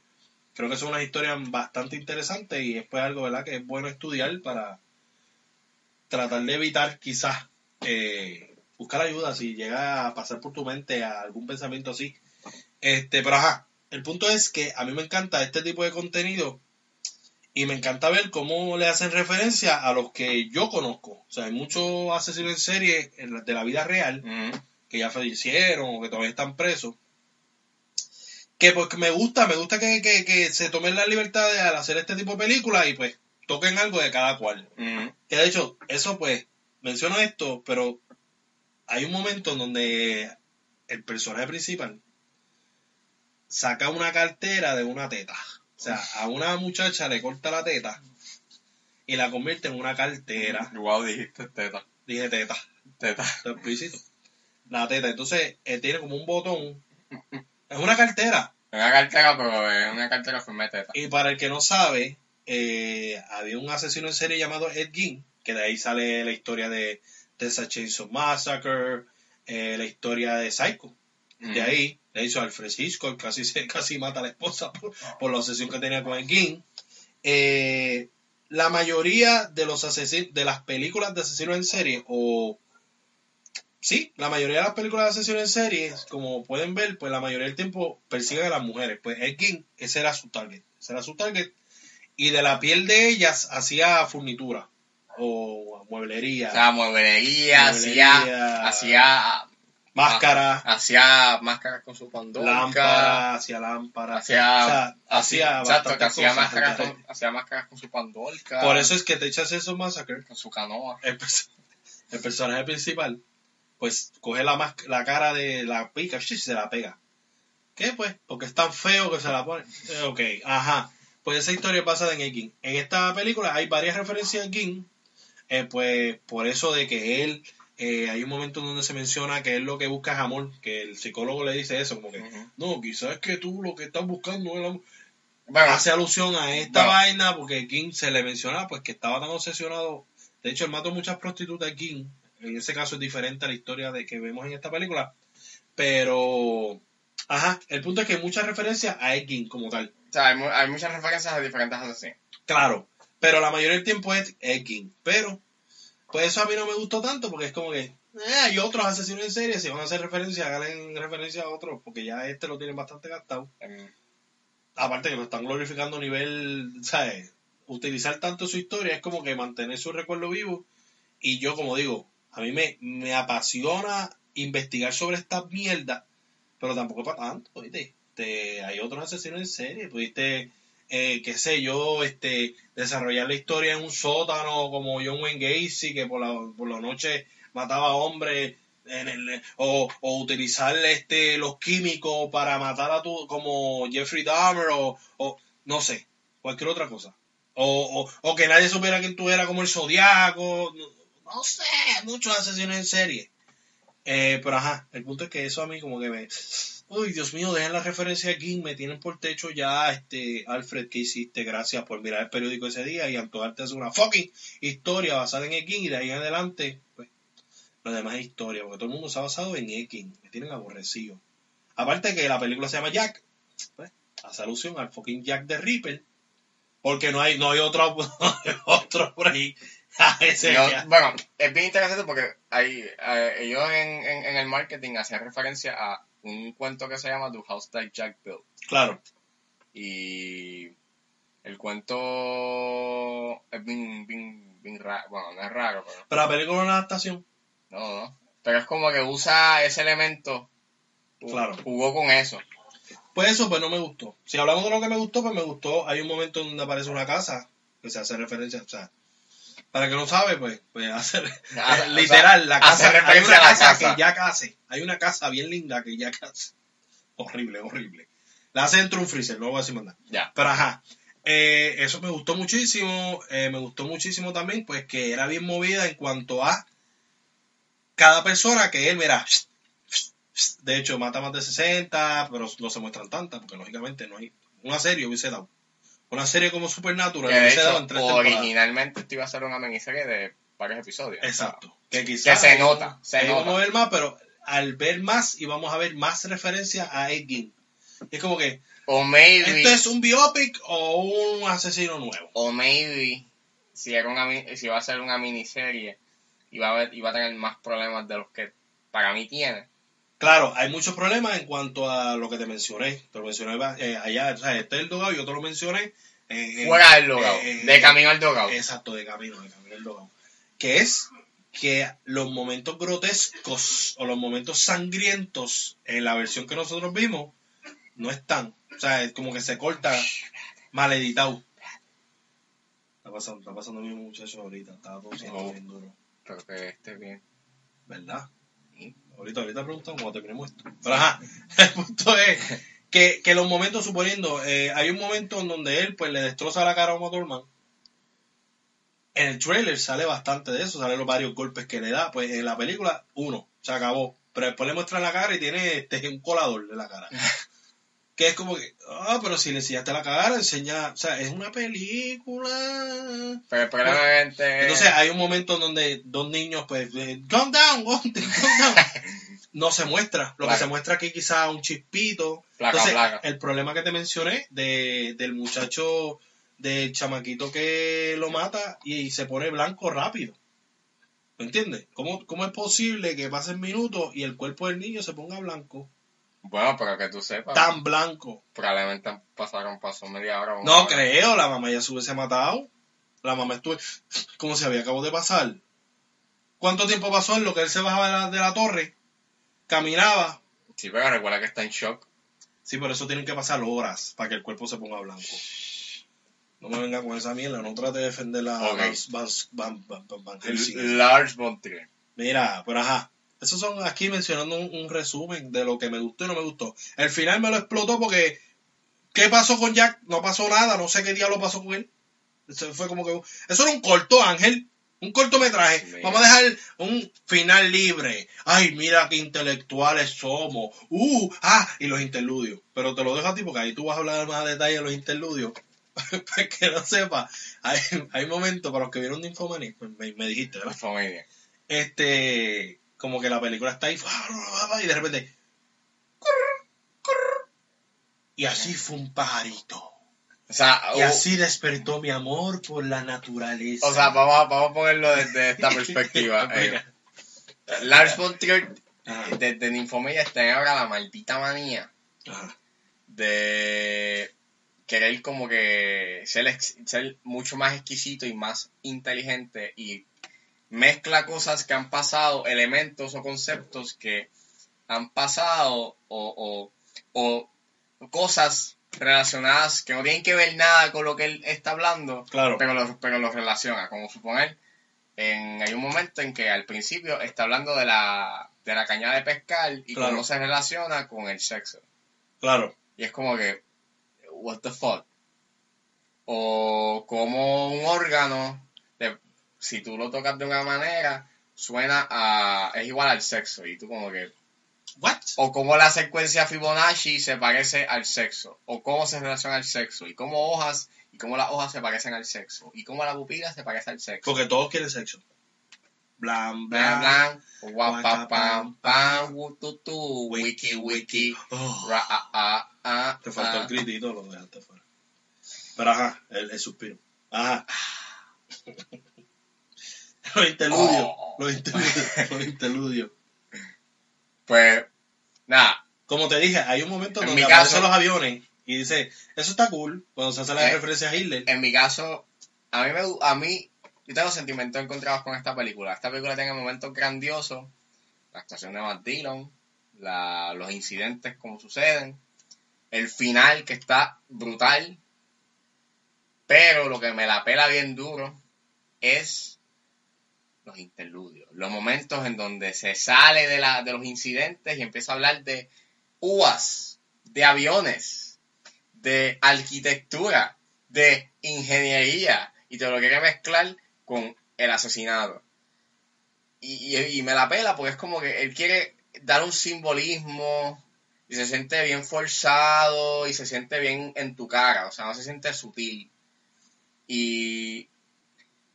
Speaker 2: Creo que son unas historias bastante interesantes y después algo, ¿verdad? Que es bueno estudiar para tratar de evitar quizás eh, buscar ayuda si llega a pasar por tu mente a algún pensamiento así. Este, pero ajá, el punto es que a mí me encanta este tipo de contenido y me encanta ver cómo le hacen referencia a los que yo conozco. O sea, hay muchos asesinos en serie en la- de la vida real
Speaker 1: Ujú.
Speaker 2: que ya fallecieron o que todavía están presos. Que pues que me gusta, me gusta que, que- que se tomen la libertad de al hacer este tipo de películas y pues toquen algo de cada cual.
Speaker 1: Ujú.
Speaker 2: Que de hecho, eso pues, menciono esto, pero hay un momento en donde el personaje principal saca una cartera de una teta. O sea, a una muchacha le corta la teta y la convierte en una cartera.
Speaker 1: Wow, dijiste teta.
Speaker 2: Dije teta,
Speaker 1: Teta.
Speaker 2: está explícito. La teta. Entonces, él tiene como un botón. Es una cartera.
Speaker 1: Una cartera, pero es una cartera forma de teta.
Speaker 2: Y para el que no sabe, eh, había un asesino en serie llamado Ed Gein, que de ahí sale la historia de Texas Chainsaw Massacre, eh, la historia de Psycho. De ahí le hizo Alfred Hitchcock, casi, se- casi mata a la esposa por, por la obsesión que tenía con Ed Gein. Eh, la mayoría de los asesi- de las películas de asesinos en serie, o sí, la mayoría de las películas de asesinos en serie, como pueden ver, pues la mayoría del tiempo persiguen a las mujeres. Pues Ed Gein, ese era su target, ese era su target. Y de la piel de ellas hacía furnitura o mueblería,
Speaker 1: O sea, mueblería, hacía,
Speaker 2: Mueblería.
Speaker 1: hacía,
Speaker 2: máscara,
Speaker 1: ah, hacía máscaras con su pandonca.
Speaker 2: lámpara, hacía lámpara.
Speaker 1: Hacía,
Speaker 2: O sea, hacía
Speaker 1: hacía, exacto, que
Speaker 2: bastantes
Speaker 1: hacía
Speaker 2: cosas,
Speaker 1: máscaras
Speaker 2: porque-
Speaker 1: con, hacía máscaras con su pandolca.
Speaker 2: Por eso es que te echas eso Massacre,
Speaker 1: Con su canoa.
Speaker 2: el, pers- el personaje principal, pues coge la, mas- la cara de la pica y se la pega. ¿Qué pues? Porque es tan feo que se la pone. Eh, ok, ajá. Pues esa historia es basada en el King. En esta película hay varias referencias a King, eh, pues por eso de que él, eh, hay un momento donde se menciona que él lo que busca es amor, que el psicólogo le dice eso, como que,
Speaker 1: Ujú.
Speaker 2: no, quizás que tú lo que estás buscando es el amor
Speaker 1: Bueno,
Speaker 2: hace alusión a esta
Speaker 1: Bueno.
Speaker 2: vaina porque King se le menciona pues que estaba tan obsesionado. De hecho, él mató muchas prostitutas King. En ese caso es diferente a la historia de que vemos en esta película. Pero, ajá, el punto es que hay muchas referencias a Ed Gein como tal.
Speaker 1: o sea, hay, mu- hay muchas referencias a diferentes asesinos.
Speaker 2: Claro, pero la mayoría del tiempo es Ed Gein. Pero, pues eso a mí no me gustó tanto porque es como que eh, hay otros asesinos en serie. Si van a hacer referencia, hagan referencia a otros porque ya este lo tienen bastante gastado.
Speaker 1: Em,
Speaker 2: aparte que lo están glorificando a nivel, ¿sabes? Utilizar tanto su historia es como que mantener su recuerdo vivo. Y yo, como digo, a mí me, me apasiona investigar sobre esta mierda, pero tampoco es para tanto, ¿viste? Este, hay otros asesinos en serie, pudiste, eh, qué sé yo, este, desarrollar la historia en un sótano como John Wayne Gacy, que por la, por la noche mataba a hombres, en el- o, o utilizar este, los químicos para matar a tu, como Jeffrey Dahmer, o, o no sé, cualquier otra cosa. O, o, o que nadie supiera quién tú eras como el Zodiaco, no, no sé, muchos asesinos en serie. Eh, pero ajá, el punto es que eso a mí como que me... Uy, Dios mío, dejen la referencia aquí, me tienen por techo ya, este, Alfred, que hiciste? Gracias por mirar el periódico ese día y antojarte hacer una fucking historia basada en Ekin y de ahí en adelante, pues, lo demás es historia, porque todo el mundo se ha basado en Ekin, me tienen aborrecido. Aparte que la película se llama Jack, pues, hace alusión al fucking Jack de Ripper, porque no hay, no hay otro, no hay otro por ahí. A ese
Speaker 1: yo-
Speaker 2: Jack.
Speaker 1: bueno, es bien interesante porque hay, eh, ellos en, en, en el marketing hacían referencia a un cuento que se llama Do House That Jack Built.
Speaker 2: Claro,
Speaker 1: Y el cuento es bien, bien, bien raro. Bueno, no es raro, pero.
Speaker 2: pero la película es una adaptación,
Speaker 1: No, no. Pero es como que usa ese elemento. Ju-
Speaker 2: Claro.
Speaker 1: Jugó con eso.
Speaker 2: Pues eso, pues no me gustó. Si hablamos de lo que me gustó, pues me gustó. Hay un momento donde aparece una casa, que se hace referencia, o sea, para el que no sabe, pues, pues hace,
Speaker 1: Ah, o
Speaker 2: literal,
Speaker 1: sea,
Speaker 2: la casa,
Speaker 1: hace
Speaker 2: hay
Speaker 1: referencia
Speaker 2: una
Speaker 1: a la
Speaker 2: casa,
Speaker 1: casa.
Speaker 2: que ya hace, hay una casa bien linda que ya hace. Horrible, horrible. La hace dentro de un freezer, no lo voy a decir más nada.
Speaker 1: Ya.
Speaker 2: Pero ajá, eh, eso me gustó muchísimo, eh, me gustó muchísimo también, pues que era bien movida en cuanto a cada persona que él, mira, de hecho mata más de 60, pero no se muestran tantas, porque lógicamente no hay, una serie hubiese dado, una serie como Supernatural
Speaker 1: Que de
Speaker 2: hubiese dado en
Speaker 1: hecho,
Speaker 2: tres temporadas.
Speaker 1: originalmente esto iba a ser una miniserie de varios episodios.
Speaker 2: Exacto. Que
Speaker 1: Que
Speaker 2: quizás
Speaker 1: se nota, se
Speaker 2: ahí
Speaker 1: nota.
Speaker 2: vamos a ver más, pero al ver más íbamos a ver más referencias a Ed Gein. Es como que,
Speaker 1: O maybe.
Speaker 2: ¿Esto este es un biopic o un asesino nuevo?
Speaker 1: O maybe. Si, era una, mi- si va a ser una miniserie. Y va a, haber- y va a tener más problemas de los que para mí tiene.
Speaker 2: Claro, hay muchos problemas en cuanto a lo que te mencioné. Te lo mencioné eh, allá, o sea, este es el dogado, yo te lo mencioné. eh,
Speaker 1: Fuera del dogado.
Speaker 2: eh,
Speaker 1: de camino al dogado.
Speaker 2: Exacto, de camino, de camino al dogado. Que es que los momentos grotescos o los momentos sangrientos en la versión que nosotros vimos no están. O sea, es como que se corta mal editado. Está pasando, está pasando bien muchacho ahorita, está
Speaker 1: Oh.
Speaker 2: todo bien duro,
Speaker 1: Pero que esté bien.
Speaker 2: ¿verdad?
Speaker 1: Sí.
Speaker 2: Ahorita, ahorita preguntamos cuando terminemos esto. Pero ajá, el punto es que, que los momentos, suponiendo, eh, hay un momento en donde él pues le destroza la cara a Uma Thurman. En el trailer sale bastante de eso, sale los varios golpes que le da. Pues en la película, uno, se acabó. Pero después le muestran la cara y tiene este, un colador de la cara. Que es como que, ah, pero si le enseñaste la cara, enseña. O sea, es una película.
Speaker 1: Pero el problema es que-
Speaker 2: Entonces hay un momento en donde dos niños, pues, eh, calm down, calm down. No se muestra. Lo
Speaker 1: Claro.
Speaker 2: que se muestra aquí quizás un chispito.
Speaker 1: Placa,
Speaker 2: Entonces,
Speaker 1: placa.
Speaker 2: el problema que te mencioné de, del muchacho, del chamaquito que lo mata y, se pone blanco rápido. ¿Me entiendes? ¿Cómo, ¿Cómo es posible que pasen minutos y el cuerpo del niño se ponga blanco?
Speaker 1: Bueno, pero que tú sepas.
Speaker 2: Tan blanco.
Speaker 1: Probablemente pasaron paso media hora. una
Speaker 2: No
Speaker 1: hora.
Speaker 2: creo, la mamá ya se hubiese matado. La mamá estuvo como se había acabado de pasar. ¿Cuánto tiempo pasó en lo que él se bajaba de la, de la torre? Caminaba.
Speaker 1: Sí, pero recuerda que está en shock.
Speaker 2: Sí, por eso tienen que pasar horas para que el cuerpo se ponga blanco. No me venga con esa mierda, no trate de defender la
Speaker 1: Ok.
Speaker 2: Van- Van- Van- Van- Van Helsing.
Speaker 1: Lars von Trier.
Speaker 2: Mira, pero ajá. Esos son aquí mencionando un, un resumen de lo que me gustó y no me gustó. El final me lo explotó porque. ¿Qué pasó con Jack? No pasó nada, no sé qué diablo pasó con él. Eso fue como que. Eso era un corto, Ángel. Un cortometraje.
Speaker 1: Mira.
Speaker 2: Vamos a dejar un final libre. Ay, mira qué intelectuales somos. Uh, ah, y los interludios. Pero te lo dejo a ti porque ahí tú vas a hablar más a detalle de los interludios. Para que no sepa. Hay, hay momentos para los que vieron de Infomaniac, pues me, me dijiste, ¿verdad?
Speaker 1: Familia.
Speaker 2: este como que la película está ahí y de repente curr, curr, y así fue un pajarito
Speaker 1: O sea,
Speaker 2: y
Speaker 1: u-
Speaker 2: así despertó mi amor por la naturaleza
Speaker 1: Oh. o sea vamos, a, vamos a ponerlo desde esta perspectiva. eh. Lars von Trier,
Speaker 2: Ajá,
Speaker 1: desde Ninfomedia, está ahora la maldita manía
Speaker 2: ajá.
Speaker 1: de querer como que ser, ex- ser mucho más exquisito y más inteligente y mezcla cosas que han pasado, elementos o conceptos que han pasado o, o- o cosas relacionadas que no tienen que ver nada con lo que él está hablando,
Speaker 2: claro
Speaker 1: pero los pero los relaciona, como suponer, en, hay un momento en que al principio está hablando de la, de la caña de pescar y
Speaker 2: Claro.
Speaker 1: cómo se relaciona con el sexo.
Speaker 2: claro
Speaker 1: Y es como que, what the fuck. O como un órgano, te- si tú lo tocas de una manera, suena a... es igual al sexo. Y tú como que...
Speaker 2: what
Speaker 1: O como la secuencia Fibonacci se parece al sexo. O cómo se relaciona al sexo. Y cómo hojas... Y cómo las hojas se parecen al sexo. Y cómo la pupila se parece al sexo.
Speaker 2: porque todos quieren sexo blan
Speaker 1: Blan,
Speaker 2: blan,
Speaker 1: blan, guapa, pam, pam, wu, tu, tu, wiki, wiki,
Speaker 2: Oh,
Speaker 1: ra, a, a, a,
Speaker 2: te faltó el
Speaker 1: a.
Speaker 2: gritito lo dejaste fuera pero ajá el, el suspiro ajá los interludios
Speaker 1: Oh.
Speaker 2: los interludios los interludios
Speaker 1: Pues, nada,
Speaker 2: como te dije, hay un momento
Speaker 1: En
Speaker 2: donde
Speaker 1: mi
Speaker 2: aparecen
Speaker 1: caso-
Speaker 2: los aviones y dice, eso está cool, cuando se hace la
Speaker 1: Eh.
Speaker 2: referencia a Hitler.
Speaker 1: en mi caso, a mí, me, gu- a mí, yo tengo sentimientos encontrados con esta película. Esta película tiene momentos grandiosos, la actuación de Matt Dillon, la- los incidentes como suceden, el final que está brutal, pero lo que me la pela bien duro es los interludios, los momentos en donde se sale de, la, de los incidentes y empieza a hablar de uvas, de aviones, de arquitectura, de ingeniería y te lo quiere mezclar con el asesinato. Y, y- y me la pela porque es como que él quiere dar un simbolismo y se siente bien forzado y se siente bien en tu cara, o sea, no se siente sutil. Y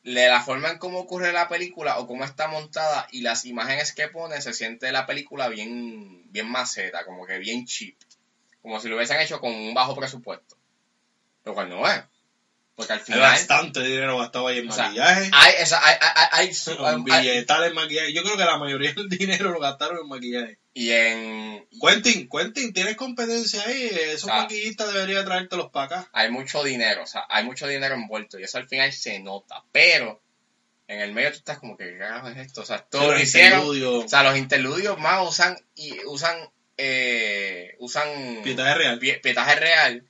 Speaker 1: le- la forma en cómo ocurre la película o cómo está montada y las imágenes que pone, se siente la película bien, bien maceta, como que bien cheap. como si lo hubiesen hecho con un bajo presupuesto. Lo cual no es. Porque al
Speaker 2: Hay
Speaker 1: final.
Speaker 2: bastante dinero gastado ahí en
Speaker 1: eh. O sea, ah,
Speaker 2: maquillaje.
Speaker 1: Hay, esa- hay- hay- hay- hay-
Speaker 2: En
Speaker 1: hay-
Speaker 2: billetales, en maquillaje. Yo creo que la mayoría del dinero lo gastaron en maquillaje.
Speaker 1: y en.
Speaker 2: Quentin, Quentin, tienes competencia ahí. Esos
Speaker 1: Ah.
Speaker 2: maquillistas deberían traértelos para acá.
Speaker 1: Hay mucho dinero, o sea, hay mucho dinero envuelto y eso al final se nota. Pero en el medio tú estás como que, ¿qué carajo es esto? O sea, todo lo
Speaker 2: Los
Speaker 1: hicieron.
Speaker 2: interludios,
Speaker 1: O sea, los interludios más usan y usan eh, usan
Speaker 2: pietaje real.
Speaker 1: pie- pietaje real.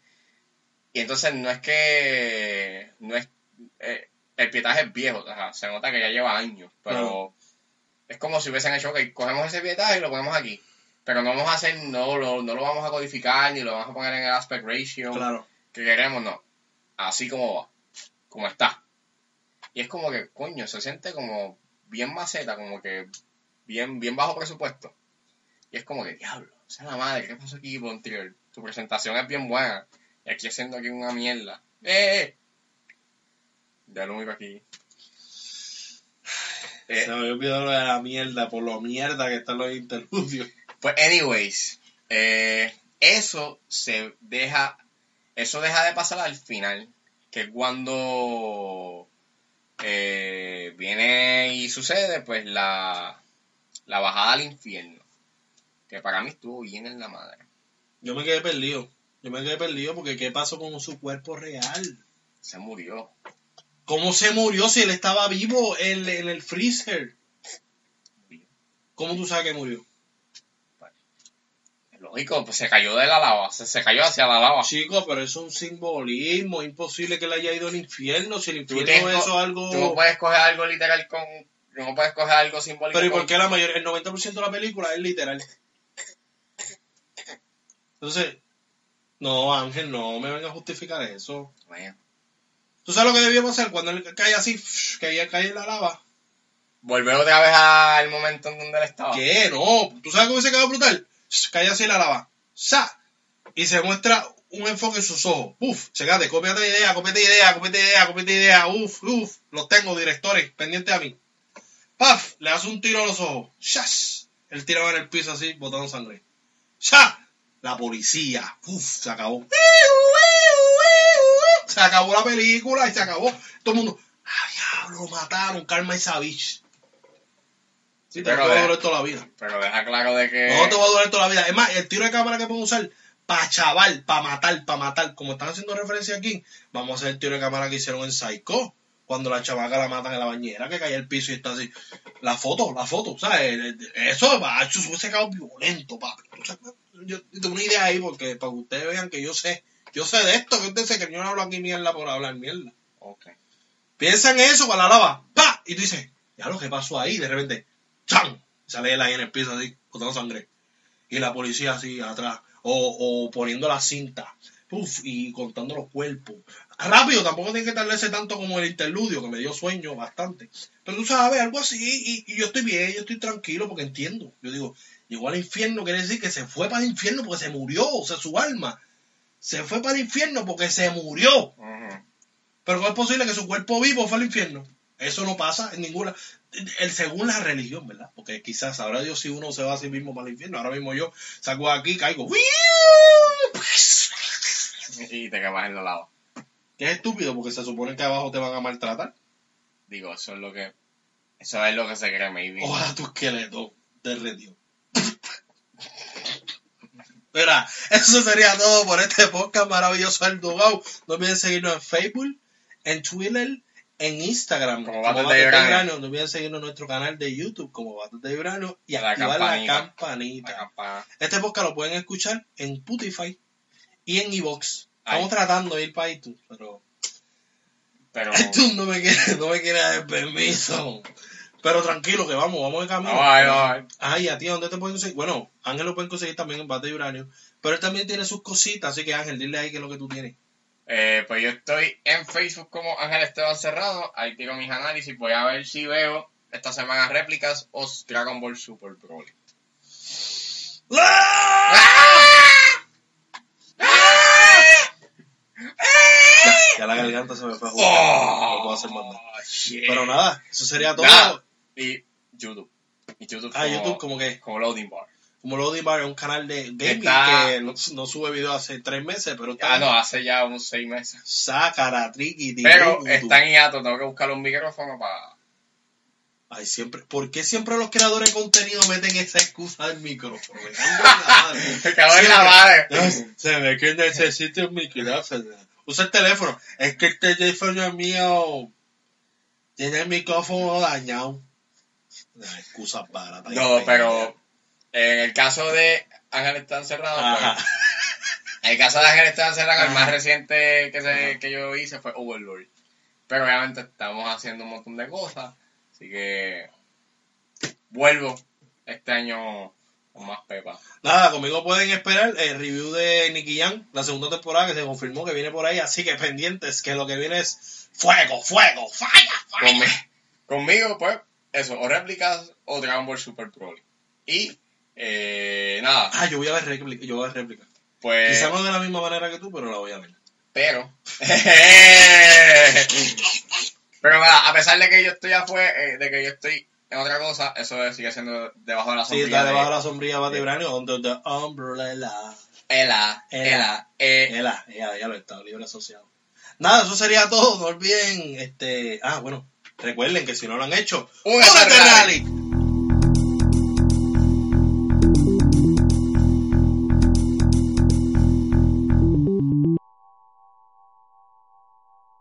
Speaker 1: Y entonces no es que no es eh, el pietaje es viejo, o sea, se nota que ya lleva años, pero
Speaker 2: Claro.
Speaker 1: es como si hubiesen hecho, ok, cogemos ese pietaje y lo ponemos aquí. Pero no vamos a hacer, no lo, no lo vamos a codificar ni lo vamos a poner en el aspect ratio
Speaker 2: Claro.
Speaker 1: que queremos, no. Así como va, como está. Y es como que, coño, se siente como bien maceta, como que bien, bien bajo presupuesto. Y es como que, diablo, o sea la madre, ¿qué pasó aquí, Bontrier? Tu presentación es bien buena. Y aquí haciendo aquí una mierda. ¡Eh! eh! Ya lo único aquí. Eh,
Speaker 2: Se me había olvidado lo de la mierda, por lo mierda que están los interludios.
Speaker 1: Pues, anyways, eh, eso se deja, eso deja de pasar al final, que es cuando eh, viene y sucede, pues la, la bajada al infierno, que para mí estuvo bien en la madre.
Speaker 2: Yo me quedé perdido. Yo me quedé perdido porque ¿qué pasó con su cuerpo real?
Speaker 1: Se murió.
Speaker 2: ¿Cómo se murió si él estaba vivo en, en el freezer? ¿Cómo tú sabes que murió?
Speaker 1: Lógico, pues se cayó de la lava, se, se cayó hacia la lava.
Speaker 2: Chico, pero eso es un simbolismo. Imposible que le haya ido al infierno. Si el
Speaker 1: Tú,
Speaker 2: infierno
Speaker 1: tienes
Speaker 2: es
Speaker 1: co-
Speaker 2: algo...
Speaker 1: tú no puedes coger algo literal con, no puedes coger algo simbólico.
Speaker 2: Pero ¿y
Speaker 1: con-
Speaker 2: por qué la mayoría, el 90% de la película es literal? Entonces, no, Ángel, no me venga a justificar eso.
Speaker 1: Bueno,
Speaker 2: ¿Tú sabes lo que debíamos hacer cuando él cae así, que ya cae en la lava?
Speaker 1: Volver otra vez al momento en donde él estaba.
Speaker 2: ¿Qué? No, ¿tú sabes cómo se quedó brutal? Cae así en la lava. ¡Sa! Y se muestra un enfoque en sus ojos. Uf, checate, cópiate idea, cópiate idea, cópiate idea, cópiate idea. Uf, uf, los tengo, directores, pendiente a mí. ¡Paf! Le hace un tiro a los ojos. ¡Shas! Él tiraba en el piso así, botando sangre. ¡Sha! La policía. ¡Uf! Se acabó. Se acabó la película y se acabó. Todo el mundo. ¡Ah, diablo! Mataron Karma y Savage. Sí, pero
Speaker 1: Pero
Speaker 2: te va a
Speaker 1: de-
Speaker 2: durar toda la vida.
Speaker 1: Pero deja claro de que...
Speaker 2: No te va a durar toda la vida. Es más, el tiro de cámara que puedo usar para chaval, para matar, para matar. Como están haciendo referencia aquí, vamos a hacer el tiro de cámara que hicieron en Psycho. Cuando la chavaca la matan en la bañera, que cae al piso y está así. La foto, la foto, ¿sabes? El- el- Eso, macho, se hubiese quedado violento, papi. O sea, Yo tengo una idea ahí porque para que ustedes vean que yo sé. Yo sé de esto, que ustedes sé que yo no hablo aquí mierda por hablar mierda.
Speaker 1: Ok.
Speaker 2: Piensa en eso con la lava, ¡pa! Y tú dices, ya lo que pasó ahí, de repente, ¡chan! Sale él ahí en el piso así, botando sangre. Y la policía así atrás, o, o poniendo la cinta, ¡puf! Y contando los cuerpos. Rápido, tampoco tiene que tardarse tanto como el interludio, que me dio sueño bastante. Pero tú sabes, algo así, y, y yo estoy bien, yo estoy tranquilo porque entiendo. Yo digo, llegó al infierno, quiere decir que se fue para el infierno porque se murió, o sea, su alma. Se fue para el infierno porque se murió.
Speaker 1: Ujú.
Speaker 2: Pero ¿cómo es posible que su cuerpo vivo fue al infierno? Eso no pasa en ninguna... El, según la religión, ¿verdad? Porque quizás, ahora Dios si uno se va a sí mismo para el infierno. Ahora mismo yo salgo de aquí, caigo.
Speaker 1: Y te quemas en la lava.
Speaker 2: Que es estúpido porque se supone que abajo te van a maltratar.
Speaker 1: Digo, eso es lo que. Eso es lo que se cree, maybe.
Speaker 2: Ojalá tu esqueleto derretió. Mira, eso sería todo por este podcast maravilloso del Dogao. No olviden seguirnos en Facebook, en Twitter, en Instagram.
Speaker 1: Como Batas de
Speaker 2: Batas
Speaker 1: Verano.
Speaker 2: No olviden seguirnos en nuestro canal de YouTube como Batas de Verano y
Speaker 1: La
Speaker 2: activar
Speaker 1: campanita.
Speaker 2: la campanita.
Speaker 1: La campana.
Speaker 2: Este podcast lo pueden escuchar en Spotify y en Evox.
Speaker 1: Ay.
Speaker 2: Estamos tratando de ir para iTunes, pero
Speaker 1: Pero.
Speaker 2: iTunes no me quiere, no me quiere dar el permiso. Pero tranquilo que vamos, vamos de camino.
Speaker 1: Vamos, vamos, vamos.
Speaker 2: Ay, a ti, ¿dónde te pueden conseguir? Bueno, Ángel lo pueden conseguir también en Bate de Uranio. Pero él también tiene sus cositas, así que Ángel, dile ahí que es lo que tú tienes.
Speaker 1: Eh, pues yo estoy en Facebook como Ángel Esteban Cerrado. Ahí tiro mis análisis. Voy a ver si veo esta semana réplicas o Dragon Ball Super Broly.
Speaker 2: ¡Ah!
Speaker 1: ¡Ah! ¡Ah!
Speaker 2: Ya la garganta se me fue a jugar. ¡Ah!
Speaker 1: Oh.
Speaker 2: No puedo hacer más nada.
Speaker 1: ¡Ah! shit.
Speaker 2: Pero nada, eso sería todo.
Speaker 1: Nada. Y YouTube. Y YouTube
Speaker 2: Ah, YouTube, como que,
Speaker 1: como Loading Bar.
Speaker 2: como Melody Bar es un canal de gaming
Speaker 1: Está-
Speaker 2: que no, no sube video hace tres meses, pero está.
Speaker 1: Ah, no, hace ya unos seis meses.
Speaker 2: Sácala, triqui,
Speaker 1: Pero
Speaker 2: triqui,
Speaker 1: está en hiato, tengo que buscar un micrófono para...
Speaker 2: Ay, siempre. ¿Por qué siempre los creadores de contenido meten esa excusa del micrófono? Me cago en la madre.
Speaker 1: Me cago en la madre.
Speaker 2: Ay, Se ve que necesito un micrófono. Usa el teléfono. Es que el teléfono mío tiene el micrófono dañado. Las excusas baratas.
Speaker 1: No, pero en el caso de Ángel está encerrado,
Speaker 2: Ajá.
Speaker 1: pues, en el caso de Ángel está encerrado, el
Speaker 2: Ajá.
Speaker 1: más reciente que, se-
Speaker 2: Ajá.
Speaker 1: que yo hice fue Overlord. Pero obviamente estamos haciendo un montón de cosas, así que vuelvo este año con más pepa.
Speaker 2: Nada, conmigo pueden esperar el review de Nicky Jam, la segunda temporada que se confirmó que viene por ahí. Así que pendientes, que lo que viene es fuego, fuego, falla, falla.
Speaker 1: Conmi- conmigo, pues, eso, o réplicas o Dragon Ball Super Broly. Y, eh, nada,
Speaker 2: Ah, yo voy a ver réplica. Yo voy a ver réplica.
Speaker 1: pues...
Speaker 2: Quizá no de la misma manera que tú, pero la voy a ver.
Speaker 1: Pero. pero nada, a pesar de que yo estoy afuera, eh, de que yo estoy en otra cosa, eso sigue siendo debajo de la
Speaker 2: Sí,
Speaker 1: sombrilla.
Speaker 2: está
Speaker 1: de-
Speaker 2: debajo de la sombrilla Batibranio, under the umbrella.
Speaker 1: Ela,
Speaker 2: Ela.
Speaker 1: ela, eh,
Speaker 2: Ela, ella, ya lo está, libre asociado. Nada, eso sería todo. No olviden, este. Ah, bueno, recuerden que si no lo han hecho,
Speaker 1: Únete al
Speaker 2: ¡únete al
Speaker 1: rally!
Speaker 2: rally.